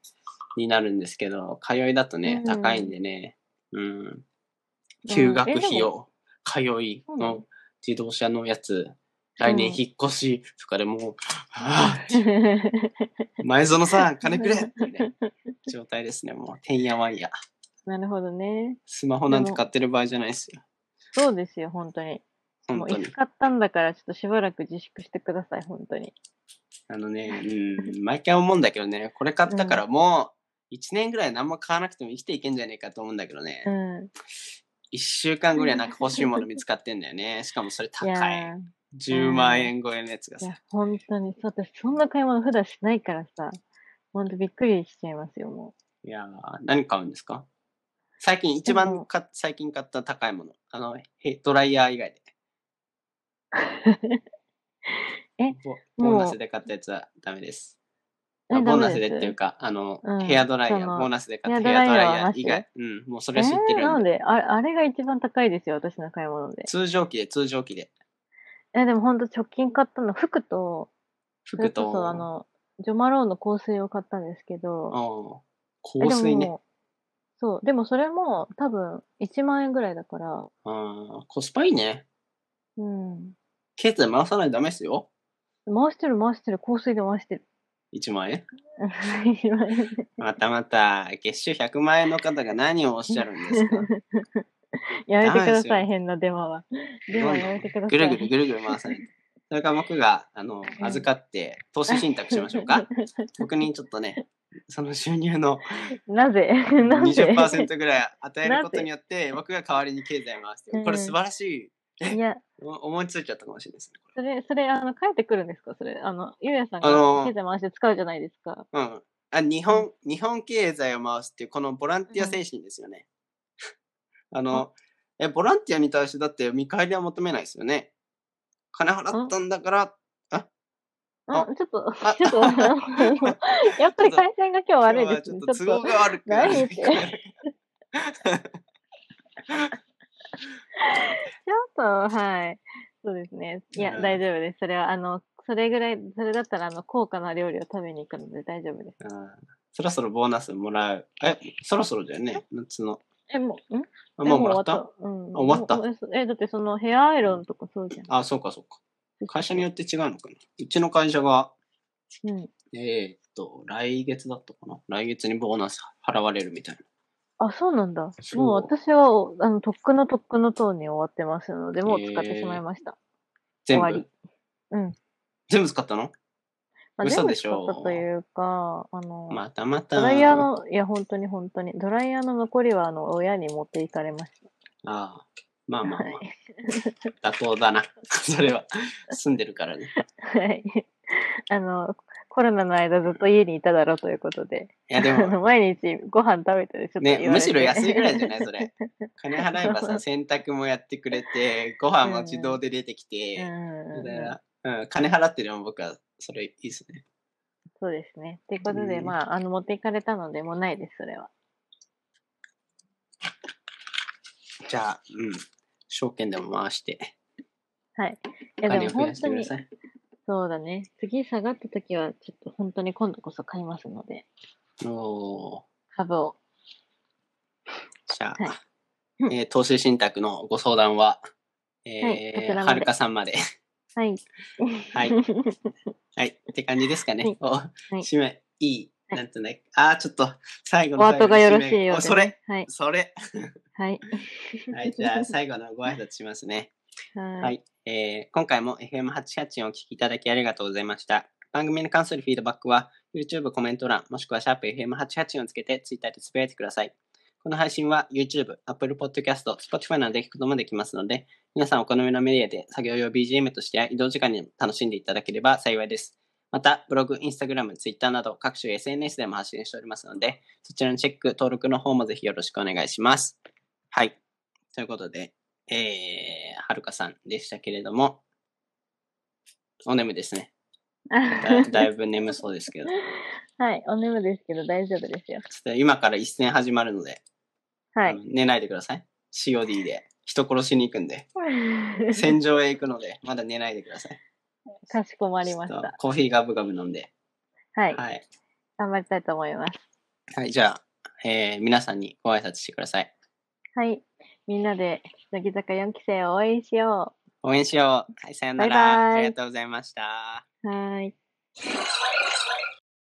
[SPEAKER 1] になるんですけど、通いだとね、
[SPEAKER 2] うん
[SPEAKER 1] 高いんでね、うん。休学費
[SPEAKER 2] うん
[SPEAKER 1] 用、通い
[SPEAKER 2] そうなの
[SPEAKER 1] の自動車のやつ、来年引っ越しとかでもう、あ
[SPEAKER 2] えでも
[SPEAKER 1] あ、前園さん、金くれってね、状態ですね、もう、てんやわんや。
[SPEAKER 2] *laughs* なるほどね。
[SPEAKER 1] スマホなんて買ってる場合じゃないですよ。
[SPEAKER 2] そうですよ、本当に。
[SPEAKER 1] 本
[SPEAKER 2] もう
[SPEAKER 1] 当
[SPEAKER 2] い
[SPEAKER 1] に
[SPEAKER 2] つ。買ったんだから、ちょっとしばらく自粛してください、本当に。
[SPEAKER 1] あのね、うん、毎回思うんだけどね、これ買ったからもう、1年ぐらい何も買わなくても生きていけんじゃねえかと思うんだけどね
[SPEAKER 2] う、ん。
[SPEAKER 1] 1週間後にはなんか欲しいもの見つかってんだよ
[SPEAKER 2] *laughs*
[SPEAKER 1] ね。しかもそれ
[SPEAKER 2] い
[SPEAKER 1] 高
[SPEAKER 2] や
[SPEAKER 1] い。
[SPEAKER 2] ー
[SPEAKER 1] 10万円超えのやつが
[SPEAKER 2] い
[SPEAKER 1] さ
[SPEAKER 2] や、、本当に。そう私、そんな買い物普段しないからさ、本当びっくりしちゃいますよ、も
[SPEAKER 1] いやー、何買うんですか最近、一
[SPEAKER 2] で
[SPEAKER 1] 番
[SPEAKER 2] も
[SPEAKER 1] か最近買った高いもの。あの、ヘドライヤー以外で。
[SPEAKER 2] *laughs* え
[SPEAKER 1] ボ
[SPEAKER 2] もう
[SPEAKER 1] ボーナスで買ったやつはダメです。
[SPEAKER 2] え
[SPEAKER 1] あ
[SPEAKER 2] ダメ
[SPEAKER 1] ボーナス
[SPEAKER 2] で
[SPEAKER 1] ですっていうか、あの、
[SPEAKER 2] うん
[SPEAKER 1] ヘアドライヤ
[SPEAKER 2] そ
[SPEAKER 1] ー、
[SPEAKER 2] の
[SPEAKER 1] ボーナスで買った
[SPEAKER 2] ヘ
[SPEAKER 1] ヘ
[SPEAKER 2] ア
[SPEAKER 1] ア
[SPEAKER 2] ド
[SPEAKER 1] ド
[SPEAKER 2] ライヤー
[SPEAKER 1] ライヤー
[SPEAKER 2] は
[SPEAKER 1] 以外。うん、もうそれは知っ
[SPEAKER 2] え
[SPEAKER 1] て
[SPEAKER 2] ーな
[SPEAKER 1] るん
[SPEAKER 2] の
[SPEAKER 1] で。
[SPEAKER 2] であ、あれが一番高いですよ、私の買い物で。
[SPEAKER 1] 通常機で、通常機で。
[SPEAKER 2] え、でも本当直近買ったの、服と、それ
[SPEAKER 1] 服、
[SPEAKER 2] ことそあの、ジョマローンの香水を買ったんですけど、
[SPEAKER 1] うん
[SPEAKER 2] え
[SPEAKER 1] 香水
[SPEAKER 2] でも
[SPEAKER 1] ね。
[SPEAKER 2] もうそう、でもそれも多分1万円ぐらいだから、
[SPEAKER 1] うんコスパいいね。
[SPEAKER 2] うん。
[SPEAKER 1] 経済回さないとダメですよ。
[SPEAKER 2] 回してる回してる、香水で回してる。 *laughs*
[SPEAKER 1] 1万円。
[SPEAKER 2] 1万円
[SPEAKER 1] またまた、月収100万円の方が何をおっしゃるん
[SPEAKER 2] *laughs*
[SPEAKER 1] ですか
[SPEAKER 2] やめて
[SPEAKER 1] ダ
[SPEAKER 2] くだ
[SPEAKER 1] メ
[SPEAKER 2] さ
[SPEAKER 1] ですよ
[SPEAKER 2] い、変な電話は。電話やめてください。
[SPEAKER 1] ぐるぐるぐるぐる回さないと。それから僕が、あの、
[SPEAKER 2] うん
[SPEAKER 1] 預かって、投資信託しましょうか。僕にちょっとね、その収入の
[SPEAKER 2] *laughs* なぜなぜ
[SPEAKER 1] 20%ぐらい与えることによって、僕が代わりに経済回して
[SPEAKER 2] う、ん
[SPEAKER 1] これ素晴らしい、
[SPEAKER 2] *laughs* いや、
[SPEAKER 1] お思いついちゃったかもしれないですね。
[SPEAKER 2] それ、それ、あの、書いてくるんですかそれ、あの、ゆうやさん
[SPEAKER 1] あ
[SPEAKER 2] が
[SPEAKER 1] の
[SPEAKER 2] 経済回して使うじゃないですか。
[SPEAKER 1] うん。あ日本、日本経済を回すっていう、このボランティア精神ですよね。 *laughs* あの、え、ボランティアに対してだって見返りは求めないですよね。金払ったんだから、
[SPEAKER 2] あ
[SPEAKER 1] あ、
[SPEAKER 2] ちょっと
[SPEAKER 1] あ、
[SPEAKER 2] ちょっと、
[SPEAKER 1] *laughs*
[SPEAKER 2] やっぱり回線が今日悪いですね。
[SPEAKER 1] 今日はち
[SPEAKER 2] ち
[SPEAKER 1] ょっと
[SPEAKER 2] ょ
[SPEAKER 1] 都
[SPEAKER 2] っ
[SPEAKER 1] 合が悪くなる
[SPEAKER 2] 何言っと、はい。そうですね。いや、
[SPEAKER 1] うん
[SPEAKER 2] 大丈夫です。それは、あの、それぐらい、それだったら、あの、高価な料理を食べに行くので大丈夫です。
[SPEAKER 1] *laughs* うんそろそろボーナスもらう。え、そろそろだよね、夏の。
[SPEAKER 2] え、もう、
[SPEAKER 1] あ
[SPEAKER 2] んえ
[SPEAKER 1] もうもらっ
[SPEAKER 2] 終
[SPEAKER 1] た
[SPEAKER 2] わった。うん。
[SPEAKER 1] あ終わった
[SPEAKER 2] もうもうえ、だってそのヘアアイロンとかそうじゃん。
[SPEAKER 1] あ、そうかそうか。会社によって違うのかな。うちの会社が、
[SPEAKER 2] うん。
[SPEAKER 1] えーっと、来月だったかな。来月にボーナス払われるみたいな。
[SPEAKER 2] あ、そうなんだ。
[SPEAKER 1] そう
[SPEAKER 2] もう私は、おあの、とっくのとっくの塔に終わってますので、もう使ってしまいました。
[SPEAKER 1] 全
[SPEAKER 2] 終わ
[SPEAKER 1] 部
[SPEAKER 2] うん。
[SPEAKER 1] 全部使ったの
[SPEAKER 2] まあ、
[SPEAKER 1] 嘘
[SPEAKER 2] 全部
[SPEAKER 1] でし
[SPEAKER 2] 使っ
[SPEAKER 1] ょ
[SPEAKER 2] たというか、あの、
[SPEAKER 1] またまた。
[SPEAKER 2] ドライヤーの、いや、本当に本当に、ドライヤーの残りは、あの、親に持っていかれまし
[SPEAKER 1] ああ。まあま
[SPEAKER 2] た。
[SPEAKER 1] あま
[SPEAKER 2] はい。
[SPEAKER 1] あ、妥当だな。 *laughs* それは。住んでるからね。
[SPEAKER 2] はい。 *laughs* あの、コロナの間ずっと家にいただろうということで、
[SPEAKER 1] いや、で
[SPEAKER 2] *laughs* あ
[SPEAKER 1] も、
[SPEAKER 2] の毎日ご飯食べてるちょっと言われて、
[SPEAKER 1] ね、むしろ安いぐらいじゃないそ
[SPEAKER 2] う
[SPEAKER 1] れ。金払えばさ、洗濯もやってくれて、ご飯も自動で出てき
[SPEAKER 2] ん
[SPEAKER 1] て、
[SPEAKER 2] *laughs* うん
[SPEAKER 1] だ
[SPEAKER 2] う
[SPEAKER 1] か
[SPEAKER 2] ん。
[SPEAKER 1] ら、うん、金払ってでも僕は、それいいですね。
[SPEAKER 2] そうですね。ということ
[SPEAKER 1] う
[SPEAKER 2] で、
[SPEAKER 1] ん
[SPEAKER 2] まあ、あの、持っていかれたので、もうないです、それは。
[SPEAKER 1] じゃあ、うん。証券でも回して、
[SPEAKER 2] い
[SPEAKER 1] お
[SPEAKER 2] や、
[SPEAKER 1] 金
[SPEAKER 2] で
[SPEAKER 1] を
[SPEAKER 2] も
[SPEAKER 1] 増や
[SPEAKER 2] 本
[SPEAKER 1] し
[SPEAKER 2] 当
[SPEAKER 1] てくだ
[SPEAKER 2] に、
[SPEAKER 1] さい。
[SPEAKER 2] そうだね。次下がった時は、ちょっと本当に今度こそ買いますので、
[SPEAKER 1] おー
[SPEAKER 2] 株を。
[SPEAKER 1] じゃあ、
[SPEAKER 2] はいうん
[SPEAKER 1] えー投資信託のご相談は、
[SPEAKER 2] はいこち
[SPEAKER 1] えー
[SPEAKER 2] らまで
[SPEAKER 1] はるかさんまで。 *laughs*
[SPEAKER 2] *laughs* はい。
[SPEAKER 1] はい。はい、って感じですかね。
[SPEAKER 2] はい
[SPEAKER 1] お締め、いい。なんてね、ああ、ちょっと、最後
[SPEAKER 2] お
[SPEAKER 1] の最後
[SPEAKER 2] 後
[SPEAKER 1] の
[SPEAKER 2] がよろし
[SPEAKER 1] 締
[SPEAKER 2] い
[SPEAKER 1] め
[SPEAKER 2] よう
[SPEAKER 1] お
[SPEAKER 2] で
[SPEAKER 1] それ、
[SPEAKER 2] ね。はい。
[SPEAKER 1] それ。
[SPEAKER 2] はい。
[SPEAKER 1] はい、じゃあ、最後のご挨拶しますね。
[SPEAKER 2] は。
[SPEAKER 1] はいい、えー今回も FM88 をお聞きいただきありがとうございました。番組に関するフィードバックは、YouTube コメント欄、もしくはシャープ f m 8 8をつけて Twitter でつぶやいてください。この配信は YouTube、Apple Podcast、Spotify などで聞くこともできますので、皆さんお好みのメディアで作業用 BGM としてや移動時間に楽しんでいただければ幸いです。また、ブログ、インスタグラム、ツイッターなど各種 SNS でも発信しておりますので、そちらのチェック、登録の方もぜひよろしくお願いします。はい。ということで、えー、はるかさんでしたけれども、お眠ですね。だ *laughs* だいぶ眠そうですけど。ちょ
[SPEAKER 2] *laughs* はい、お眠ですけど大丈夫ですよ。
[SPEAKER 1] っと今から一戦始まるので、
[SPEAKER 2] は
[SPEAKER 1] あ
[SPEAKER 2] い
[SPEAKER 1] の。寝ないでください。COD で。人殺しに行くん
[SPEAKER 2] *laughs*
[SPEAKER 1] で。戦場へ行くので、まだ寝ないでください。
[SPEAKER 2] *laughs* かしこまりまし
[SPEAKER 1] ちょっと
[SPEAKER 2] た。
[SPEAKER 1] コーヒーガブガブ飲んで。
[SPEAKER 2] はい。
[SPEAKER 1] はい。
[SPEAKER 2] 頑張りたいと思います。
[SPEAKER 1] はい、じゃあ、えー皆さんにご挨拶してください。
[SPEAKER 2] はい。みんなで、乃木坂4期生を応援しよ
[SPEAKER 1] 応援しよう。はい、さよなら。
[SPEAKER 2] バイバイ
[SPEAKER 1] ありがとうございました。
[SPEAKER 2] う。はーい。